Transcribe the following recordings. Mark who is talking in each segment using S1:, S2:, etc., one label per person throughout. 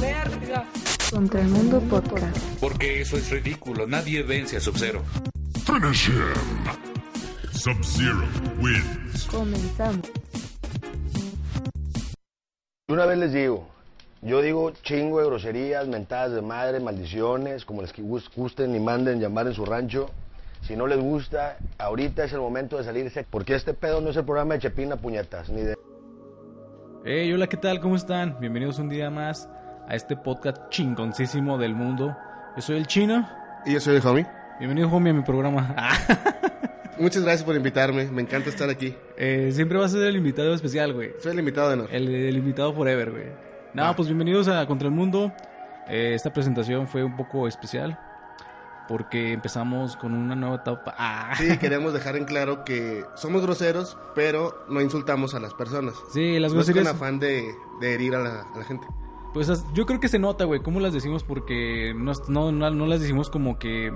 S1: merda.
S2: Contra el Mundo Podcast.
S3: Porque eso es ridículo. Nadie vence a Sub-Zero.
S4: Finish him. Sub-Zero wins.
S2: Comenzamos.
S5: Una vez les digo, yo digo chingo de groserías, mentadas de madre, maldiciones, como les gus- gusten y manden llamar en su rancho. Si no les gusta, ahorita es el momento de salirse, porque este pedo no es el programa de Chepina Puñetas, ni de
S6: Hey, hola, ¿qué tal? ¿Cómo están? Bienvenidos un día más a este podcast chingoncísimo del mundo. Yo soy el chino.
S7: Y yo soy el homie.
S6: Bienvenido, homie, a mi programa. Ah,
S7: Muchas gracias por invitarme. Me encanta estar aquí.
S6: eh, siempre vas a ser el invitado especial, güey.
S7: Soy el invitado de honor.
S6: El, el invitado forever, güey. No,
S7: Ah.
S6: pues bienvenidos a Contra el Mundo. Eh, esta presentación fue un poco especial porque empezamos con una nueva etapa. Ah.
S7: Sí, queremos dejar en claro que somos groseros, pero no insultamos a las personas.
S6: Sí, las
S7: No es con
S6: groserías.
S7: afán de, de herir a la, a la gente.
S6: Pues as- yo creo que se nota, güey, cómo las decimos porque no, es- no, no, no las decimos como que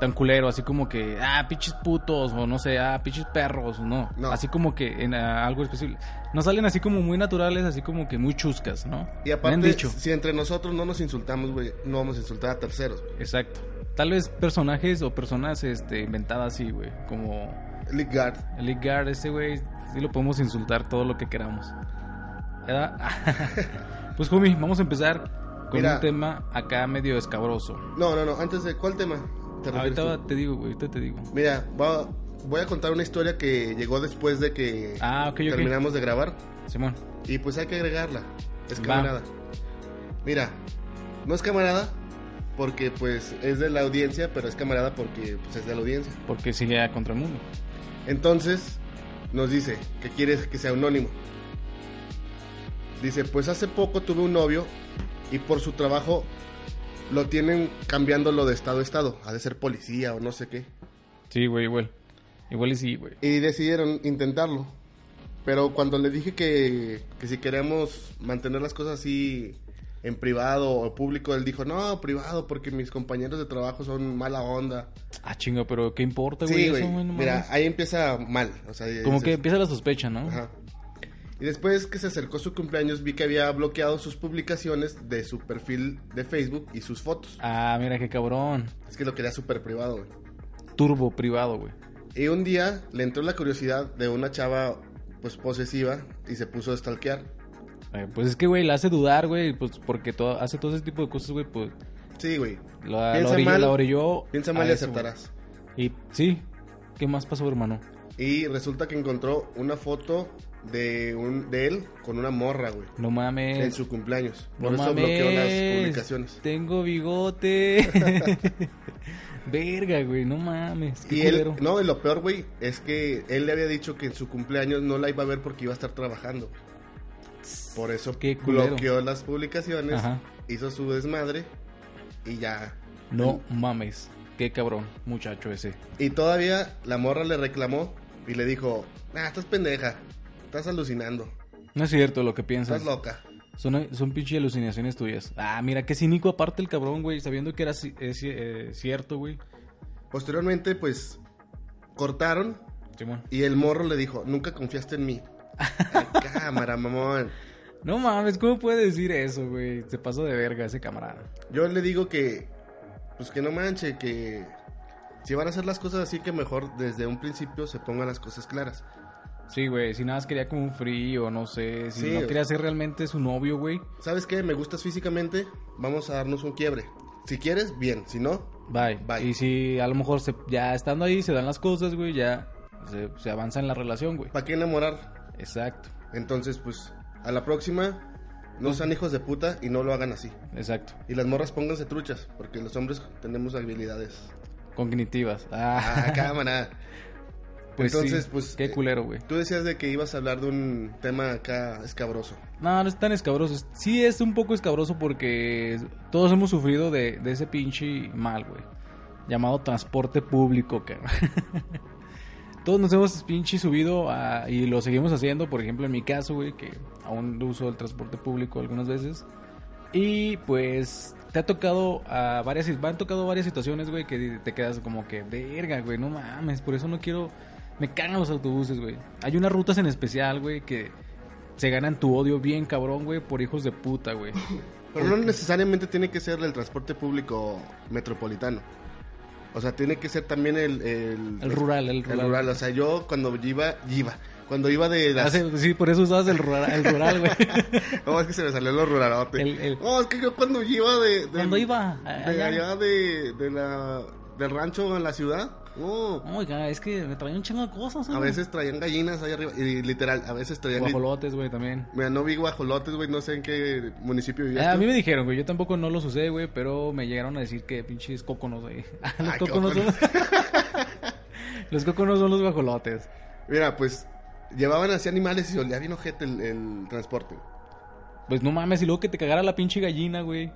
S6: tan culero, así como que, ah, pinches putos, o no sé, ah, pinches perros, o no.
S7: No.
S6: Así como que en ah, algo específico. No salen así como muy naturales, así como que muy chuscas, ¿no?
S7: Y
S6: Me
S7: aparte,
S6: han dicho.
S7: si entre nosotros no nos insultamos, güey, no vamos a insultar a terceros. güey.
S6: Exacto. Tal vez personajes o personas este, inventadas así, güey, como
S7: Lick Guard.
S6: el League Guard, ese güey, sí lo podemos insultar todo lo que queramos. ¿Verdad? pues, homie, vamos a empezar con
S7: Mira.
S6: un tema acá medio escabroso.
S7: No, no, no. Antes de... ¿Cuál tema te refieres
S6: Ahorita
S7: tú?
S6: te digo, güey, ahorita te digo.
S7: Mira, va- voy a contar una historia que llegó después de que
S6: Ah, ok, ok.
S7: terminamos de grabar.
S6: Simón.
S7: Y pues hay que agregarla. Es
S6: Va.
S7: camarada. Mira, no es camarada porque pues es de la audiencia, pero es camarada porque pues es de la audiencia.
S6: Porque sigue a contra el mundo.
S7: Entonces nos dice que quiere que sea anónimo. Dice, pues hace poco tuve un novio y por su trabajo lo tienen cambiándolo de estado a estado. Ha de ser policía o no sé qué.
S6: Sí, güey, igual. Igual y sí, güey.
S7: Y decidieron intentarlo. Pero cuando le dije que, que si queremos mantener las cosas así en privado o público, él dijo, no, privado, porque mis compañeros de trabajo son mala onda.
S6: Ah, chingo, pero ¿qué importa, güey?
S7: Sí,
S6: eso,
S7: güey.
S6: güey, no
S7: Mira,
S6: mames?
S7: ahí empieza mal. O sea, ya
S6: Como que
S7: dices,
S6: empieza la sospecha, ¿no?
S7: ajá. Y después que se acercó su cumpleaños, vi que había bloqueado sus publicaciones de su perfil de Facebook y sus fotos.
S6: Ah, mira, qué cabrón.
S7: Es que lo quería súper privado, güey.
S6: Turbo privado, güey.
S7: Y un día le entró la curiosidad de una chava, pues, posesiva y se puso a stalkear.
S6: Eh, pues es que, güey, la hace dudar, güey. Pues porque todo, hace todo ese tipo de cosas, güey. Pues
S7: Sí, güey.
S6: la, la
S7: Piensa
S6: orilló,
S7: mal,
S6: la orilló
S7: Piensa
S6: a
S7: mal y
S6: eso,
S7: aceptarás.
S6: Ah, güey. Y sí. ¿Qué más pasó, hermano?
S7: Y resulta que encontró una foto de un de él con una morra, güey.
S6: No mames.
S7: En su cumpleaños.
S6: No
S7: Por eso bloqueó las
S6: mames,
S7: publicaciones.
S6: Tengo bigote. Verga, güey, no mames. qué
S7: Y él,
S6: culero.
S7: no, y lo peor, güey, es que él le había dicho que en su cumpleaños no la iba a ver porque iba a estar trabajando. Por eso
S6: Qué culero.
S7: bloqueó las publicaciones,
S6: Ajá.
S7: hizo su desmadre y ya.
S6: No mames. Qué cabrón, muchacho ese.
S7: Y todavía la morra le reclamó y le dijo, ah, estás pendeja, estás alucinando,
S6: No es cierto lo que piensas.
S7: estás loca.
S6: Son, son pinche alucinaciones tuyas. Ah, mira, qué cínico aparte el cabrón, güey. Sabiendo que era ci- eh, ci- eh, cierto, güey.
S7: Posteriormente, pues, cortaron
S6: Simón.
S7: y el morro le dijo, nunca confiaste en mí. Ay, Cámara, mamón.
S6: No mames, ¿cómo puede decir eso, güey? Se pasó de verga ese camarada.
S7: Yo le digo que, pues que no manche, que si van a hacer las cosas así, que mejor desde un principio se pongan las cosas claras.
S6: Sí, güey, si nada más quería como un frío, no sé. Si
S7: Sí,
S6: no
S7: o
S6: quería ser realmente su novio, güey.
S7: ¿Sabes qué? Me gustas físicamente, vamos a darnos un quiebre. Si quieres, bien, si no,
S6: Bye.
S7: Bye.
S6: Y si a lo mejor se- ya estando ahí se dan las cosas, güey, ya se, se avanza en la relación, güey.
S7: ¿para qué enamorar?
S6: Exacto,
S7: Entonces, pues, a la próxima, no sean hijos de puta y no lo hagan así.
S6: exacto.
S7: Y las morras pónganse truchas, porque los hombres tenemos habilidades.
S6: Cognitivas. Ah,
S7: Ah, cámara.
S6: pues
S7: entonces,
S6: sí.
S7: pues,
S6: Qué
S7: eh,
S6: culero, güey.
S7: Tú decías de que ibas a hablar de un tema acá escabroso.
S6: No, no es tan escabroso. Es- Sí es un poco escabroso porque todos hemos sufrido de, de ese pinche mal, güey. Llamado transporte público, que Todos nos hemos pinche subido a- y lo seguimos haciendo, por ejemplo, en mi caso, güey, que aún uso el transporte público algunas veces. Y pues te ha tocado a varias, me han tocado varias situaciones, güey, que te quedas como que, verga, güey, no mames, por eso no quiero, me cagan los autobuses, güey. Hay unas rutas en especial, güey, que se ganan tu odio bien cabrón, güey, por hijos de puta, güey.
S7: Pero no necesariamente tiene que ser el transporte público metropolitano. O sea, tiene que ser también el... El,
S6: El rural, el rural.
S7: O sea, yo cuando iba... iba cuando iba de las...
S6: Hace- sí, por eso usabas el rural, el rural, güey.
S7: No, es que se me salió lo ruralote.
S6: El- el-
S7: No, es que yo cuando iba de... de-
S6: Cuando iba a-
S7: De
S6: allá.
S7: allá de, de la, del rancho a la ciudad. No.
S6: Oiga, es que me traían un chingo de cosas,
S7: A
S6: ¿no?
S7: veces traían gallinas allá arriba. Y literal, a veces traían... li-
S6: Ah. Guajolotes, güey, también.
S7: Mira, no vi guajolotes, güey. No sé en qué municipio vivías
S6: Ah, a
S7: tú.
S6: mí me dijeron, güey, yo tampoco no los usé, güey, pero me llegaron a decir que pinches cóconos, güey. Ah, los
S7: Ah, qué
S6: cóconos son... los cóconos son los guajolotes.
S7: Mira, pues llevaban así animales y olía bien ojete el, el transporte.
S6: Pues no mames, y luego que te cagara la pinche gallina, güey.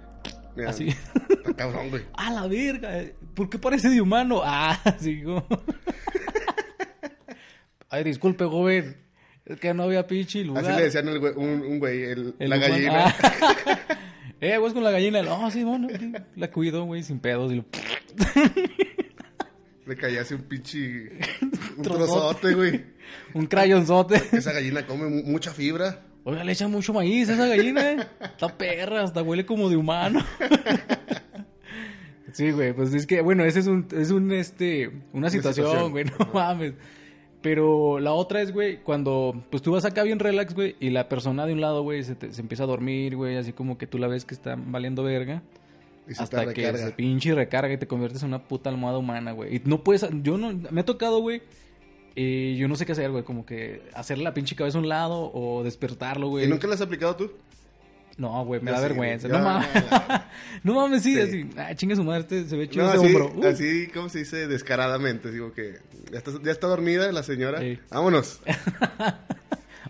S7: Mira,
S6: Así.
S7: Está cabrón, güey.
S6: ¡A la verga! eh, ¿Por qué parece de humano? Ah, sí, como- Ay, disculpe, joven. Es que no había pinche lugar.
S7: Así le decían el güey- un, un güey, el-
S6: El
S7: la
S6: humano-
S7: gallina.
S6: Ah. eh, güey, es con la gallina. No, sí, bueno, sí, la cuido, güey, sin pedos. Y lo-
S7: Le caía así un pinche.
S6: Trozote.
S7: Un trozote, güey.
S6: Un crayonzote.
S7: Esa gallina come mu- mucha fibra.
S6: Oiga, le echan mucho maíz a esa gallina. eh. Está perra, hasta huele como de humano. Sí, güey, pues es que, bueno, ese es un, es un, este, una situación,
S7: situación.
S6: güey, no mames. Pero la otra es, güey, cuando, pues tú vas acá bien relax, güey, y la persona de un lado, güey, se, te- se empieza a dormir, güey, así como que tú la ves que está valiendo verga.
S7: Y se
S6: Hasta
S7: te
S6: que
S7: recarga.
S6: se pinche recarga y te conviertes en una puta almohada humana, güey. Y no puedes, yo no, me ha tocado, güey. Y yo no sé qué hacer, güey. Como que hacerle la pinche cabeza a un lado o despertarlo, güey.
S7: ¿Y nunca la has aplicado tú?
S6: No, güey, me
S7: Ya
S6: da
S7: sí,
S6: vergüenza.
S7: ya,
S6: no mames.
S7: ya.
S6: no mames, sí,
S7: Sí.
S6: así. Ah, chinga su madre, este se ve chido
S7: no,
S6: ese
S7: así,
S6: hombro. Uh.
S7: así, ¿cómo se dice? Descaradamente. Digo que ya está, ya está dormida la señora.
S6: Sí.
S7: Vámonos.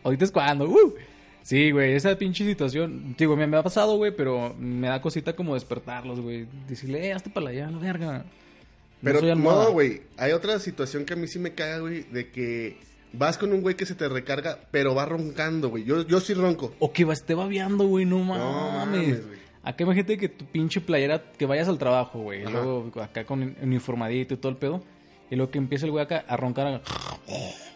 S6: Ahorita es cuando. uh. Sí, güey, esa pinche situación. Digo, me, me ha pasado, güey, pero me da cosita como despertarlos, güey. Decirle, eh, hazte para allá, la verga.
S7: Pero
S6: soy almohada.
S7: no, güey. Hay otra situación que a mí sí me caga, güey, de que vas con un güey que se te recarga, pero va roncando, güey. Yo, yo sí ronco.
S6: O que va, esté babeando, güey, no mames.
S7: mames, güey.
S6: acá imagínate que tu pinche playera, que vayas al trabajo, güey. y
S7: Ajá.
S6: Luego acá con uniformadito y todo el pedo. Y luego que empieza el güey acá a roncar. a-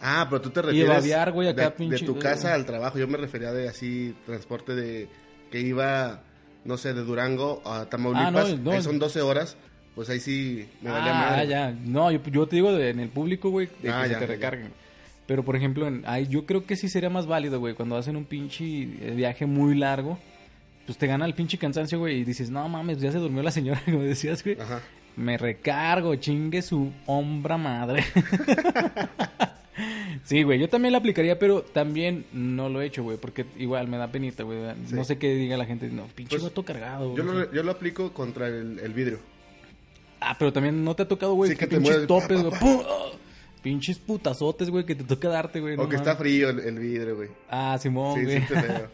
S7: Ah, pero tú te refieres
S6: babear, güey, acá
S7: de,
S6: pinche-
S7: de tu casa al trabajo. Yo me refería de así transporte de que iba, no sé, de Durango a Tamaulipas.
S6: Ah, no, no.
S7: Ahí son 12 horas. Pues ahí sí me valía
S6: ah,
S7: madre.
S6: ya. No, yo, yo te digo de- en el público, güey, de
S7: Ah,
S6: que
S7: ya,
S6: se te
S7: ya,
S6: recarguen. Pero, por ejemplo, en, ay, yo creo que sí sería más válido, güey, cuando hacen un pinche eh, viaje muy largo. Pues te gana el pinche cansancio, güey, y dices, no mames, ya se durmió la señora, como decías, güey.
S7: Ajá.
S6: Me recargo, chingue su hombra madre. sí, güey, yo también la aplicaría, pero también no lo he hecho, güey, porque igual me da penita, güey. No sé qué diga la gente, no, pinche
S7: Pues,
S6: vato cargado.
S7: Yo
S6: güey.
S7: lo, yo lo aplico contra el, el vidrio.
S6: Ah, pero también no te ha tocado, güey,
S7: Sí,
S6: que
S7: que te
S6: pinches
S7: mueves,
S6: topes,
S7: pa,
S6: güey.
S7: pa,
S6: ¡pum! ¡Ah! Pinches putazotes, güey, que te toca darte, güey.
S7: o
S6: no
S7: que está
S6: mames.
S7: frío el, el vidrio, güey.
S6: Ah, Simón,
S7: Sí,
S6: güey.
S7: sí te veo.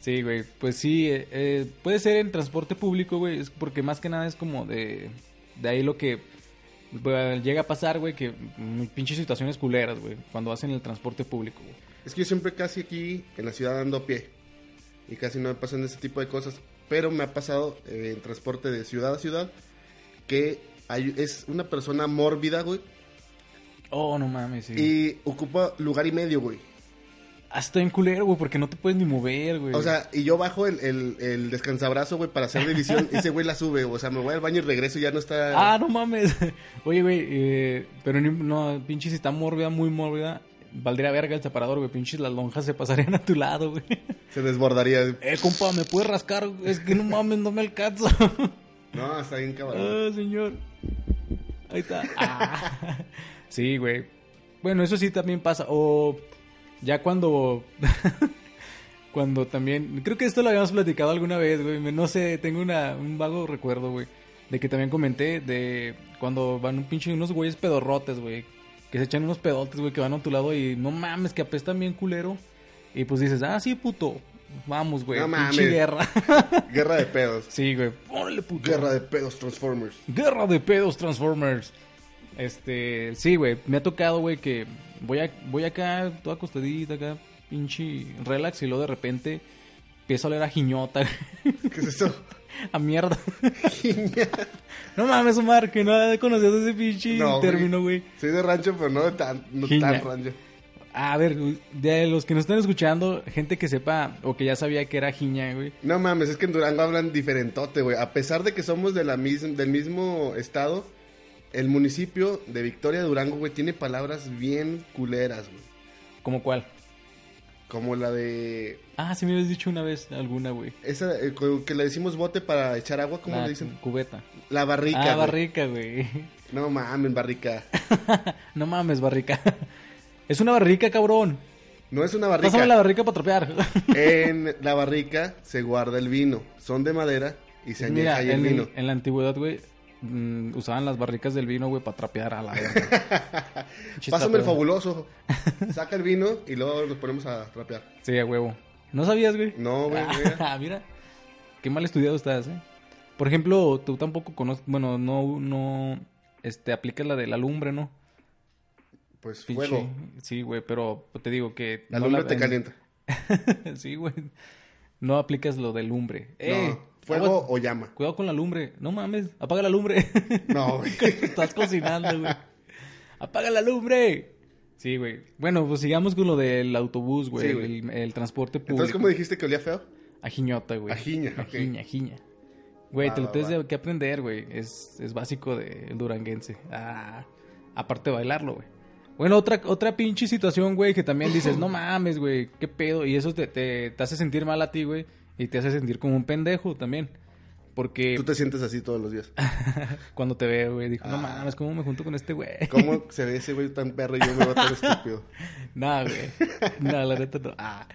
S6: Sí, güey. Pues sí, eh, eh, puede ser en transporte público, güey. Es porque más que nada es como de. De ahí lo que güey, llega a pasar, güey, que mm, pinches situaciones culeras, güey. Cuando hacen el transporte público, güey.
S7: Es que yo siempre casi aquí en la ciudad ando a pie. Y casi no me pasan ese tipo de cosas. Pero me ha pasado eh, en transporte de ciudad a ciudad que hay- es una persona mórbida, güey.
S6: Oh, no mames, sí.
S7: Y ocupa lugar y medio, güey.
S6: Hasta en culero, güey, porque no te puedes ni mover, güey.
S7: O sea, y yo bajo el, el, el descansabrazo, güey, para hacer división. y ese güey la sube. O sea, me voy al baño y regreso y ya no está...
S6: Ah, no mames. Oye, güey, eh, pero ni- no, pinche si está mórbida, muy mórbida, valdría verga el separador, güey. Pinches las lonjas se pasarían a tu lado, güey.
S7: Se desbordaría.
S6: Eh, compa, ¿me puedes rascar? Es que no mames, no me alcanzo.
S7: No, está bien cabrón.
S6: ah, señor. Ahí está. Ah. Sí, güey. Bueno, eso sí también pasa. O ya cuando... cuando también... Creo que esto lo habíamos platicado alguna vez, güey. No sé, tengo una, un vago recuerdo, güey. De que también comenté de cuando van un pinche unos güeyes pedorrotes, güey. Que se echan unos pedotes, güey, que van a tu lado y no mames, que apestan bien culero. Y pues dices, ah, sí, puto. Vamos, güey.
S7: No
S6: pinche
S7: mames.
S6: guerra.
S7: Guerra de pedos.
S6: sí, güey. Órale, puto.
S7: Guerra de pedos Transformers.
S6: Guerra de pedos Transformers. Este, sí, güey, me ha tocado, güey, que voy, a, voy acá, toda acostadita, acá, pinche relax, y luego de repente empiezo a oler a jiñota, güey,
S7: ¿Qué es eso?
S6: a mierda. no mames, Omar, que no conocías ese pinche
S7: No, güey.
S6: término, güey.
S7: Soy de rancho, pero no de tan, no
S6: Giña.
S7: tan rancho.
S6: A ver, güey, de los que nos están escuchando, gente que sepa o que ya sabía que era Giña, güey.
S7: No mames, es que en Durango hablan diferentote, güey. A pesar de que somos de la mis- del mismo estado, el municipio de Victoria Durango, güey, tiene palabras bien culeras, güey.
S6: ¿Como cuál?
S7: Como la de...
S6: Ah, sí me habías dicho una vez alguna, güey.
S7: Esa eh, con- que le decimos bote para echar agua, ¿cómo
S6: La
S7: le dicen?
S6: Cubeta.
S7: La barrica.
S6: ah,
S7: güey.
S6: barrica, güey.
S7: No mames, barrica.
S6: no mames, barrica. es una barrica, cabrón.
S7: No es una barrica.
S6: Pásame la barrica para tropear.
S7: En la barrica se guarda el vino. Son de madera y se añeja
S6: Mira,
S7: ahí el
S6: en,
S7: vino.
S6: en la antigüedad, güey, mm, usaban las barricas del vino, güey, para trapear a la verga. Chis
S7: Pásame
S6: trapeador.
S7: el fabuloso. Saca el vino y luego nos ponemos a trapear.
S6: Sí, a huevo. ¿No sabías, güey?
S7: No, güey,
S6: Ah, mira. Qué mal estudiado estás, ¿eh? Por ejemplo, tú tampoco conoces, bueno, no, no, este, aplicas la de la lumbre, ¿no?
S7: Pues
S6: Pinche-
S7: fuego.
S6: Sí, güey, pero te digo que...
S7: La
S6: no
S7: lumbre te
S6: en-
S7: calienta.
S6: sí, güey. No aplicas lo de lumbre. ¡Eh!
S7: no, fuego
S6: aguas-
S7: o llama.
S6: Cuidado con la lumbre. No mames, apaga la lumbre.
S7: No, güey.
S6: Estás cocinando, güey. ¡Apaga la lumbre! Sí, güey. Bueno, pues sigamos con lo del autobús, güey.
S7: Sí, güey.
S6: el, el transporte público.
S7: Entonces, ¿cómo dijiste que olía feo?
S6: A Giñota, güey.
S7: A Giña,
S6: A
S7: ok.
S6: Giña, Giña. Güey,
S7: Va,
S6: te lo
S7: va,
S6: tienes
S7: va.
S6: de- que aprender, güey. Es, es básico del duranguense. Ah, aparte de bailarlo, güey. Bueno, otra, otra pinche situación, güey, que también dices, no mames, güey, qué pedo. Y eso te, te, te hace sentir mal a ti, güey. Y te hace sentir como un pendejo también. Porque
S7: Tú te sientes así todos los días.
S6: cuando te veo, güey, dijo, no
S7: Ah.
S6: mames, ¿cómo me junto con este güey?
S7: ¿Cómo se ve ese güey tan perro y yo me voy a tan estúpido?
S6: Nada, güey. Nada, la neta no. Ah.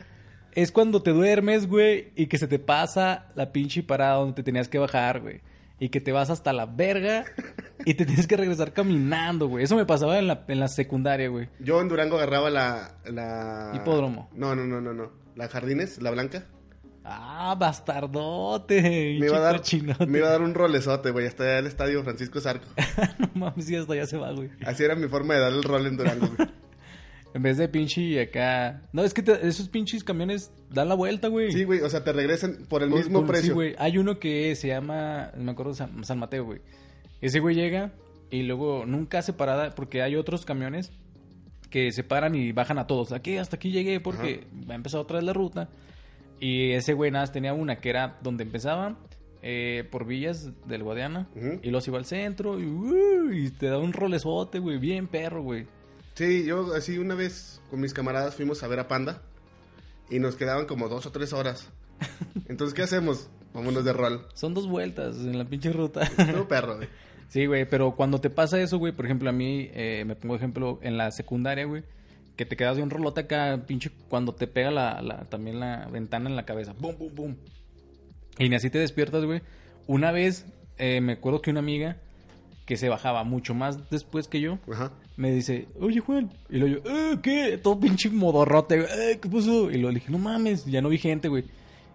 S6: Es cuando te duermes, güey, y que se te pasa la pinche parada donde te tenías que bajar, güey. Y que te vas hasta la verga y te tienes que regresar caminando, güey. Eso me pasaba en la, en la secundaria, güey.
S7: Yo en Durango agarraba la, la...
S6: Hipódromo.
S7: No, no, no, no, no. La Jardines, la blanca.
S6: Ah, bastardote.
S7: Me iba, a dar,
S6: Chinote.
S7: me iba a dar un rolezote, güey, hasta el estadio Francisco Zarco.
S6: no mames, ya hasta ya se va, güey.
S7: Así era mi forma de dar el rol en Durango, güey.
S6: En vez de pinche acá. No, es que te- esos pinches camiones dan la vuelta, güey.
S7: Sí, güey, o sea, te regresan por el
S6: Con-
S7: mismo
S6: con- sí,
S7: precio.
S6: güey. Hay uno que se llama, me acuerdo, San, San Mateo, güey. Ese güey llega y luego nunca hace parada porque hay otros camiones que se paran y bajan a todos. Aquí, hasta aquí llegué porque va a empezar otra vez la ruta. Y ese güey nada más tenía una que era donde empezaba. eh, por Villas del Guadiana
S7: Ujú.
S6: y los iba al centro y, uh, y te da un rolezote, güey, bien perro, güey.
S7: Sí, yo así una vez con mis camaradas fuimos a ver a Panda y nos quedaban como dos o tres horas. Entonces, ¿qué hacemos? Vámonos de rol.
S6: Son dos vueltas en la pinche ruta.
S7: Estuvo perro, güey.
S6: Sí, güey, pero cuando te pasa eso, güey, por ejemplo, a mí, eh, me pongo ejemplo en la secundaria, güey, que te quedas de un rolote acá, pinche, cuando te pega la, la- también la ventana en la cabeza, bum, bum, bum. Y ni así te despiertas, güey. Una vez, eh, me acuerdo que una amiga que se bajaba mucho más después que yo,
S7: Ajá.
S6: me dice, oye Juan. Y luego yo, "Eh, ¿qué? Todo pinche modorrote, güey. "Eh, ¿Qué pasó? Y luego le dije, no mames, ya no vi gente, güey.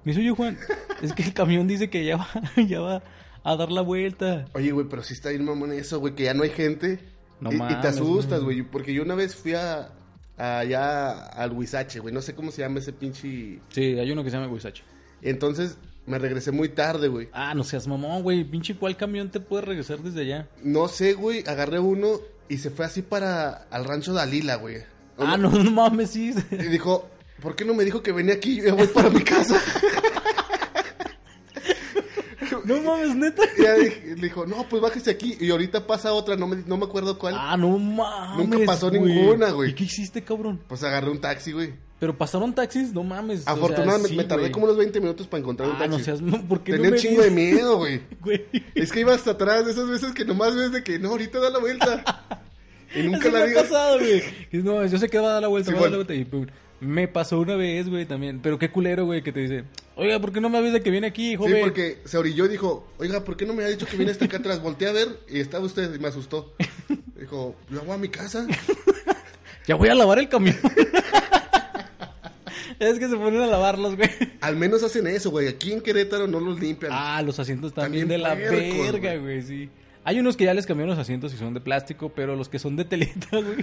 S6: Me dice, oye Juan, es que el camión dice que ya va, ya va a dar la vuelta.
S7: Oye, güey, pero sí está bien mamón eso, güey, que ya no hay gente.
S6: No
S7: y, y
S6: mames,
S7: te asustas,
S6: güey.
S7: güey, porque yo una vez fui a, a allá al Huizache, güey, no sé cómo se llama ese pinche...
S6: Sí, hay uno que se llama Guisache.
S7: Entonces me regresé muy tarde, güey.
S6: Ah, no seas mamón, güey. Pinche, ¿cuál camión te puede regresar desde allá?
S7: No sé, güey, agarré uno y se fue así para al rancho Dalila, güey.
S6: Ah, no, no mames, sí.
S7: Y dijo, ¿por qué no me dijo que venía aquí? Yo ya voy para mi casa.
S6: No mames, neta.
S7: Y ya dije- le dijo, no, pues bájese aquí. Y ahorita pasa otra, no me, no me acuerdo cuál.
S6: Ah, no mames.
S7: Nunca pasó ninguna, güey.
S6: ¿Y qué hiciste, cabrón?
S7: Pues agarré un taxi, güey.
S6: Pero pasaron taxis, no mames. o sea,
S7: Afortunadamente
S6: sí,
S7: me tardé
S6: güey.
S7: como unos 20 minutos para encontrar un
S6: Ah,
S7: taxi.
S6: no seas mamón. ¿Por qué no
S7: Tenía un
S6: me
S7: chingo de
S6: dices,
S7: miedo, güey.
S6: güey?
S7: Es que iba hasta atrás, de esas veces que nomás ves de que no, ahorita da la vuelta. y nunca
S6: Eso me
S7: la
S6: ha
S7: digas.
S6: pasado, güey. Que No, yo sé que va a dar la vuelta,
S7: Sí,
S6: va a dar la
S7: bueno.
S6: vuelta. Y pum. me pasó una vez, güey, también. Pero qué culero, güey, que te dice, oiga, ¿por qué no me avisa que viene aquí,
S7: Sí,
S6: joven?
S7: porque se orilló y dijo, oiga, ¿por qué no me ha dicho que viene hasta acá atrás? Volté a ver y estaba usted y me asustó. Dijo, yo hago a mi casa.
S6: Ya voy a lavar el camión. es que se ponen a lavarlos, güey.
S7: Al menos hacen eso, güey. Aquí en Querétaro no los limpian.
S6: Ah, los asientos también,
S7: También
S6: de la
S7: puercos,
S6: verga,
S7: güey.
S6: güey, sí. Hay unos que ya les cambiaron los asientos y son de plástico, pero los que son de telita, güey,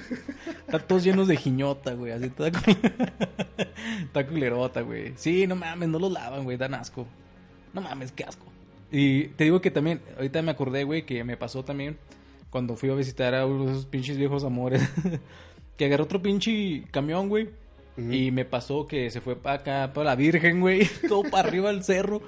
S6: están todos llenos de jiñota, güey, así toda cul- está culerota, güey. Sí, no mames, no los lavan, güey, dan asco. No mames, qué asco. Y te digo que también, ahorita me acordé, güey, que me pasó también cuando fui a visitar a unos pinches viejos amores. que agarré otro pinche camión, güey. Y me pasó que se fue para acá, para la Virgen, güey. Todo para arriba al cerro.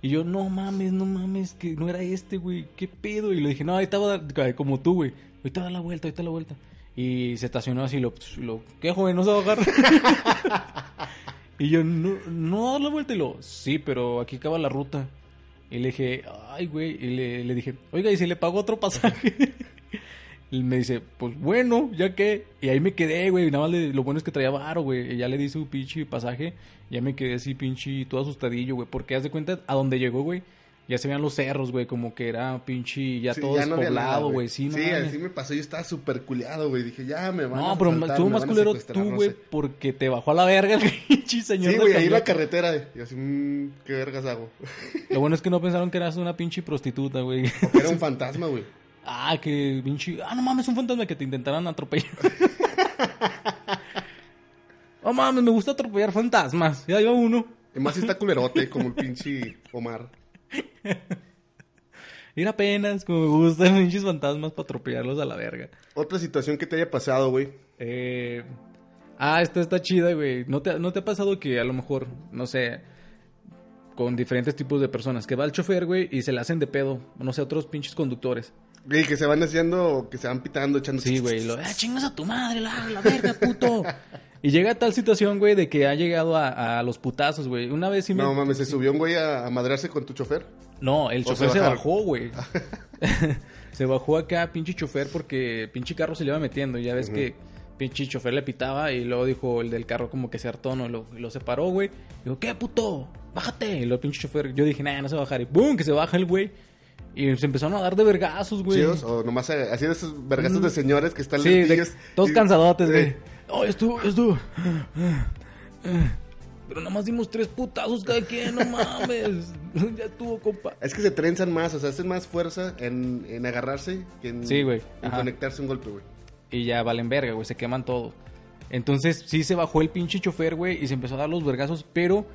S6: Y yo, no mames, no mames, que no era este, güey. ¿Qué pedo? Y le dije, no, ahí estaba eh, como tú, güey. Ahorita da la vuelta, ahorita da la vuelta. Y se estacionó así, lo, pues, lo ¿qué, joven? No se va a bajar. y yo, no, no da la vuelta. Y lo, sí, pero aquí acaba la ruta. Y le dije, ay, güey. Y le, le dije, oiga, ¿y si le pago otro pasaje? Y me dice, pues bueno, ya que. Y ahí me quedé, güey. y Nada más le- lo bueno es que traía varo, güey. Y ya le di su pinche pasaje. Ya me quedé así, pinche, todo asustadillo, güey. Porque haz de cuenta, a donde llegó, güey, ya se veían los cerros, güey. Como que era pinche, ya
S7: Sí,
S6: todo
S7: no había nada,
S6: despoblado, güey. Sí, no mames.
S7: así me pasó. Yo estaba súper culiado, güey. Dije, ya me van a
S6: No, pero
S7: asaltar,
S6: estuvo
S7: me
S6: más
S7: van a
S6: culero
S7: secuestrar,
S6: tú,
S7: no
S6: güey,
S7: sé.
S6: porque te bajó a la verga el pinche señor.
S7: Sí,
S6: del
S7: güey, ahí en la
S6: camión.
S7: carretera. eh. Y así, mmm, ¿qué vergas hago?
S6: Lo bueno es que no pensaron que eras una pinche prostituta, güey.
S7: Porque era un fantasma, güey.
S6: Ah, que pinche. Ah, no mames, un fantasma que te intentaran atropellar. No mames, me gusta atropellar fantasmas. Ya llevo uno.
S7: Y más si está culerote, como el pinche Omar.
S6: Ir apenas, como me gustan pinches fantasmas para atropellarlos a la verga.
S7: Otra situación que te haya pasado, güey.
S6: Eh, ah, esta está chida, güey. ¿No te, ¿No te ha pasado que a lo mejor, no sé, con diferentes tipos de personas, que va el chofer, güey, y se la hacen de pedo? No sé, otros pinches conductores.
S7: Güey, que se van haciendo, que se van pitando, echando.
S6: Sí, güey. Lo, ah, chingas a tu madre, la, la verga, puto. Y llega tal situación, güey, de que ha llegado a, a los putazos, güey. Una vez sí me...
S7: No
S6: No,
S7: mames, se subió un güey a, a madrearse con tu chofer.
S6: el
S7: O
S6: chofer
S7: se
S6: se
S7: bajaron. Ah.
S6: bajó, güey. se bajó acá, pinche chofer, porque pinche carro se le iba metiendo. Ya ves que pinche chofer le pitaba y luego dijo el del carro como que se hartó, ¿no? Y Lo, y lo separó, güey. Digo, ¿qué, puto? Bájate. Y lo pinche chofer, yo dije, nah, no se va a bajar. Y ¡pum! Que se baja el güey. Y se empezaron a dar de vergazos, güey. Mm.
S7: Chidos, o nomás eh, así de esos vergazos de señores que están
S6: Sí, de-
S7: lentillos
S6: todos
S7: y-
S6: cansadotes, güey.
S7: Eh,
S6: No, estuvo, estuvo. Pero nada más dimos tres putazos cada quien, no mames. ya estuvo, compa.
S7: Es que se trenzan más, o sea, hacen más fuerza en, en agarrarse que en,
S6: Sí, güey,
S7: en
S6: ajá.
S7: conectarse un golpe, güey.
S6: Y ya valen verga, güey, se queman todo. Entonces, sí se bajó el pinche chofer, güey, y se empezó a dar los vergazos, pero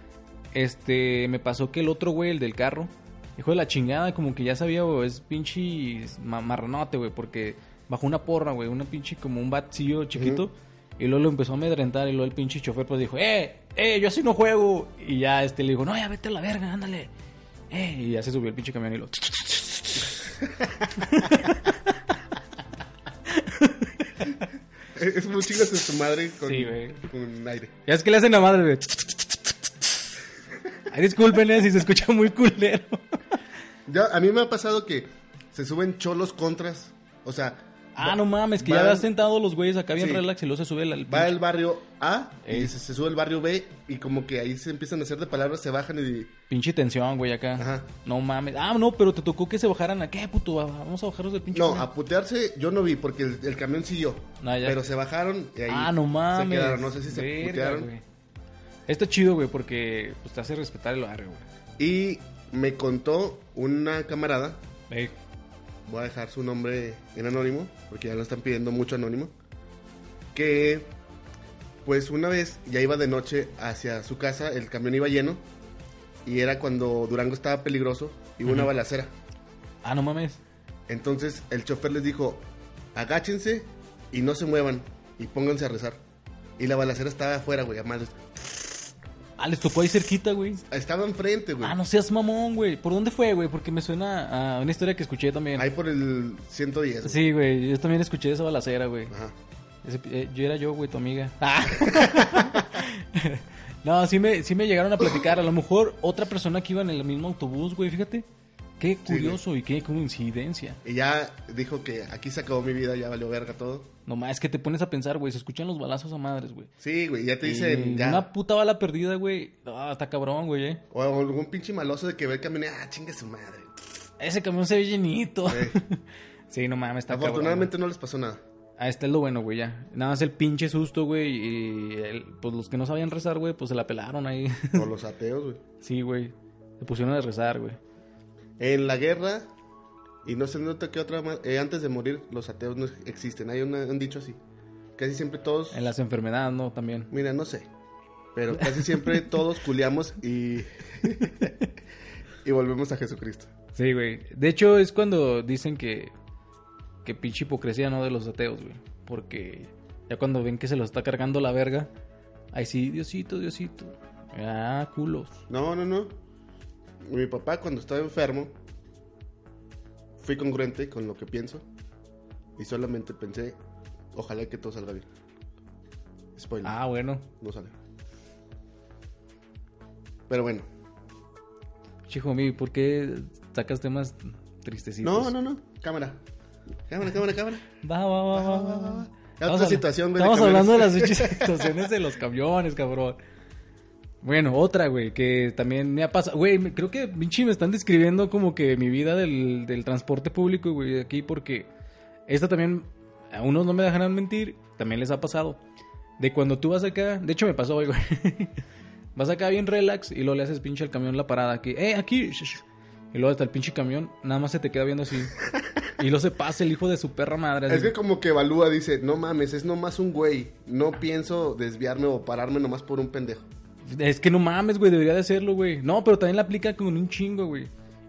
S6: este me pasó que el otro güey, el del carro, hijo de la chingada, como que ya sabía, güey, es pinche ma- marranote, güey, porque bajó una porra, güey, una pinche como un batillo chiquito. Y luego lo empezó a amedrentar y luego el pinche chofer pues dijo, eh, eh, yo así no juego. Y ya este le dijo, no, ya vete a la verga, ándale. Eh, y ya se subió el pinche camión y lo...
S7: Es es muy chingas en su madre con,
S6: Sí, güey.
S7: con aire.
S6: Ya es que le hacen la madre de. Ay, disculpen eh, si se escucha muy culero.
S7: Ya, a mí me ha pasado que se suben cholos contras. O sea,
S6: Ah, no mames, que
S7: Va-
S6: ya habían sentado los güeyes acá bien
S7: Sí.
S6: relax y luego se sube la.
S7: va el barrio A y
S6: Ey.
S7: se, se sube el barrio B y como que ahí se empiezan a hacer de palabras, se bajan y...
S6: Pinche tensión, güey, acá.
S7: Ajá.
S6: No mames. Ah, no, pero te tocó que se bajaran a qué, puto. Va- Vamos a bajarnos del pinche.
S7: No,
S6: camión.
S7: a putearse yo no vi porque el, el camión siguió.
S6: Ah, ya.
S7: Pero se bajaron y ahí
S6: ah, no mames.
S7: se quedaron. No sé si se
S6: Verga,
S7: putearon.
S6: güey. Está chido, güey, porque pues, te hace respetar el barrio, güey.
S7: Y me contó una camarada,
S6: Ey,
S7: voy a dejar su nombre en anónimo, porque ya lo están pidiendo mucho anónimo, que pues una vez ya iba de noche hacia su casa, el camión iba lleno, y era cuando Durango estaba peligroso, y hubo una balacera.
S6: Ah, no mames.
S7: Entonces el chofer les dijo, agáchense y no se muevan, y pónganse a rezar. Y la balacera estaba afuera, güey, a madres.
S6: Ah, les tocó ahí cerquita, güey.
S7: Estaba enfrente, güey.
S6: Ah, no seas mamón, güey. ¿Por dónde fue, güey? Porque me suena a una historia que escuché también.
S7: Ahí por el 110. güey.
S6: Sí, güey, yo también escuché esa balacera, güey.
S7: Ajá.
S6: Ese pi- eh, yo era yo, güey, tu amiga. Ah. no, sí me, sí me llegaron a platicar. A lo mejor otra persona que iba en el mismo autobús, güey, fíjate. Qué curioso y qué coincidencia.
S7: Y ya dijo que aquí se acabó mi vida, ya valió verga todo.
S6: Nomás es que te pones a pensar, güey, se escuchan los balazos a madres, güey.
S7: Sí, güey, ya te dicen,
S6: Y
S7: ya.
S6: Una puta bala perdida, güey. Ah, está cabrón, güey, eh.
S7: O algún pinche maloso de que ve el camión, ah, chingue su madre.
S6: Ese camión se ve llenito.
S7: Sí.
S6: sí, no mames, está cabrón. güey.
S7: Afortunadamente no les pasó nada.
S6: Ah, este es lo bueno, güey, ya. Nada más el pinche susto, güey. Y el- pues los que no sabían rezar, güey, pues se la pelaron ahí.
S7: Por los ateos, güey.
S6: sí, güey. Se pusieron a rezar, güey.
S7: En la guerra, y no se nota que otra ma- eh, antes de morir, los ateos no existen. Hay una- un dicho así. Casi siempre todos.
S6: En las enfermedades, ¿no? También.
S7: Mira, no sé. Pero casi siempre todos culiamos y. y volvemos a Jesucristo.
S6: Sí, güey. De hecho, es cuando dicen que. Que pinche hipocresía, ¿no? De los ateos, güey. Porque. Ya cuando ven que se los está cargando la verga, ahí sí, Diosito, Diosito. Ah, culos.
S7: No, no, no. Mi papá cuando estaba enfermo, fui congruente con lo que pienso y solamente pensé, ojalá que todo salga bien. Spoiler,
S6: Ah, bueno.
S7: no sale. Pero bueno,
S6: Chijomi, ¿por qué sacas temas tristecitos?
S7: no, no, no, cámara. Cámara, cámara, cámara.
S6: Va, va, va, va, va, va.
S7: Otra
S6: Vamos a-
S7: situación, güey, de
S6: Estamos
S7: camiones.
S6: hablando de las pinches situaciones de los camiones, cabrón. Bueno, otra, güey, que también me ha pasado. Güey, me- creo que, pinche, me están describiendo como que mi vida del, del transporte público, güey, aquí, porque esta también, a unos no me dejarán mentir, también les ha pasado. De cuando tú vas acá, de hecho me pasó, hoy, güey. Vas acá bien relax y luego le haces pinche al camión la parada aquí. ¡Eh, aquí! sh- sh". Y luego hasta el pinche camión, nada más se te queda viendo así. Y luego se pasa el hijo de su perra madre. así.
S7: Es que como que evalúa, dice, no mames, es nomás un güey. No pienso desviarme o pararme nomás por un pendejo.
S6: Es que no mames, güey, debería de hacerlo, güey. No, pero también la aplica con un chingo, güey.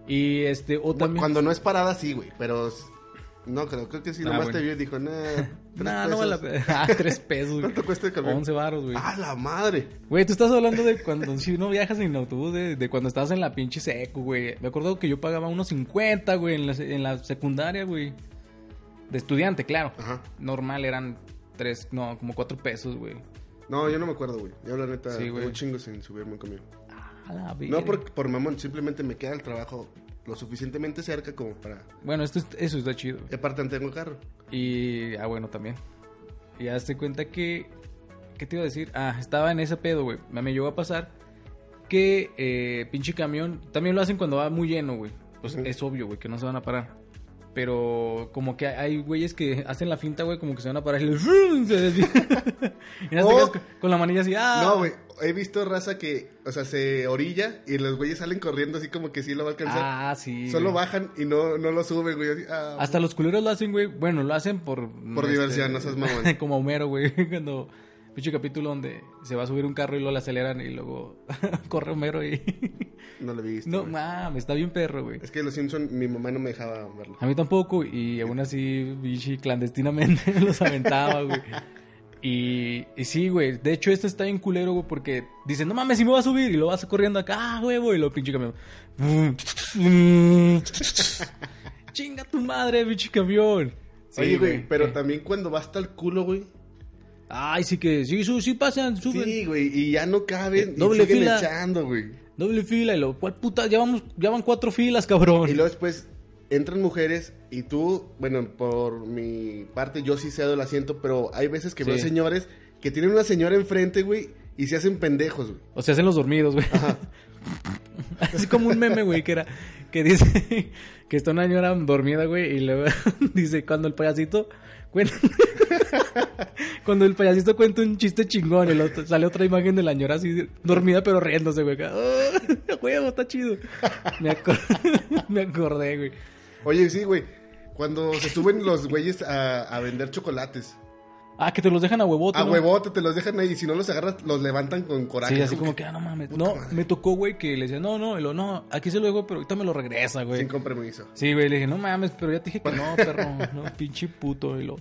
S6: Y este, o también.
S7: Cuando no es parada, sí, güey, pero... s- No, creo, creo que sí,
S6: Ah,
S7: nomás
S6: bueno.
S7: te vio y dijo, nah.
S6: No,
S7: tres
S6: no vale la pena.
S7: pesos".
S6: Ah, tres pesos, güey.
S7: ¿Cuánto cuesta el camión?
S6: 11 baros, güey.
S7: ¡Ah, la madre!
S6: Güey, tú estás hablando de cuando si no viajas en autobús, de, de cuando estabas en la pinche seco, güey. Me acuerdo que yo pagaba unos 50, güey, en la, en la secundaria, güey. De estudiante, claro.
S7: Ajá.
S6: Normal eran tres, no, como cuatro pesos, güey.
S7: No, yo no me acuerdo, güey. Yo la neta,
S6: Sí,
S7: tengo
S6: güey.
S7: un chingo sin subirme un camión.
S6: A la verga.
S7: No por, por mamón, simplemente me queda el trabajo lo suficientemente cerca como para...
S6: Bueno, esto, es- eso está chido, güey.
S7: Y aparte no tengo carro.
S6: Y, ah, bueno, también. Y hazte cuenta que, ¿qué te iba a decir? Ah, estaba en ese pedo, güey. Me, me llegó a pasar que eh, pinche camión, también lo hacen cuando va muy lleno, güey. Pues es obvio, güey, que no se van a parar. Pero como que hay hay güeyes que hacen la finta, güey, como que se van a parar y les- se desvían. y hasta
S7: Oh.
S6: que es- con la manilla así, ah.
S7: No, güey, he visto raza que, o sea, se orilla y los güeyes salen corriendo así como que sí lo va a alcanzar.
S6: Ah, sí.
S7: Solo
S6: güey.
S7: bajan y no, no lo suben, güey. así, ah,
S6: Hasta los culeros lo hacen, güey. Bueno, lo hacen por... este,
S7: Por diversión, no seas mamón.
S6: como Homero, güey. Cuando... Pinche capítulo donde se va a subir un carro y lo aceleran y luego corre Homero y...
S7: no lo viste.
S6: no,
S7: güey.
S6: mames, está bien perro, güey.
S7: Es que los Simpson, mi mamá no me dejaba verlo.
S6: A mí tampoco y aún así, pinche, clandestinamente los aventaba, güey. Y, y sí, güey. De hecho, este está bien culero, güey, porque dicen, no mames, si me va a subir. Y lo vas corriendo acá, ah, huevo. Y lo pinche camión. Chinga tu madre, pinche camión. Sí,
S7: Oye, güey, pero
S6: Eh.
S7: también cuando va hasta el culo, güey.
S6: Ay, sí que, sí, su, sí pasan, suben.
S7: Sí, güey, y ya no caben.
S6: Eh,
S7: y
S6: doble
S7: siguen
S6: fila.
S7: echando, güey.
S6: Doble fila y lo cual puta, ya vamos, ya van cuatro filas, cabrón.
S7: Y luego después entran mujeres y tú, bueno, por mi parte yo sí cedo el asiento, pero hay veces que veo
S6: Sí.
S7: señores que tienen una señora enfrente, güey, y se hacen pendejos, güey.
S6: O se hacen los dormidos, güey. Así como un meme, güey, que era, que dice que está una señora dormida, güey, y luego dice, cuando el payasito cuenta, cuando el payasito cuenta un chiste chingón, y luego sale otra imagen de la señora así, dormida pero riéndose, güey. acá. ¡Ah, huevo, está chido. Me, acor- me acordé, güey.
S7: Oye, sí, güey. Cuando se suben los güeyes a, a vender chocolates.
S6: Ah, que te los dejan a huevote.
S7: A
S6: ¿no?
S7: huevote te los dejan ahí y si no los agarras, los levantan con coraje.
S6: Sí, así como que, ah, no mames.
S7: puta
S6: No,
S7: madre.
S6: me tocó, güey, que le decía, no, no, y lo, no, aquí se lo dejo, pero ahorita me lo regresa, güey.
S7: Sin compromiso.
S6: Sí, güey, le dije, no mames, pero ya te dije que no, perro, no, pinche puto. Y lo,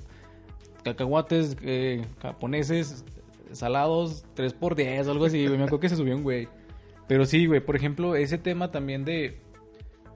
S6: cacahuates eh, japoneses salados 3 por 10 algo así, güey. Me acuerdo que se subió un güey. Pero sí, güey, por ejemplo, ese tema también de,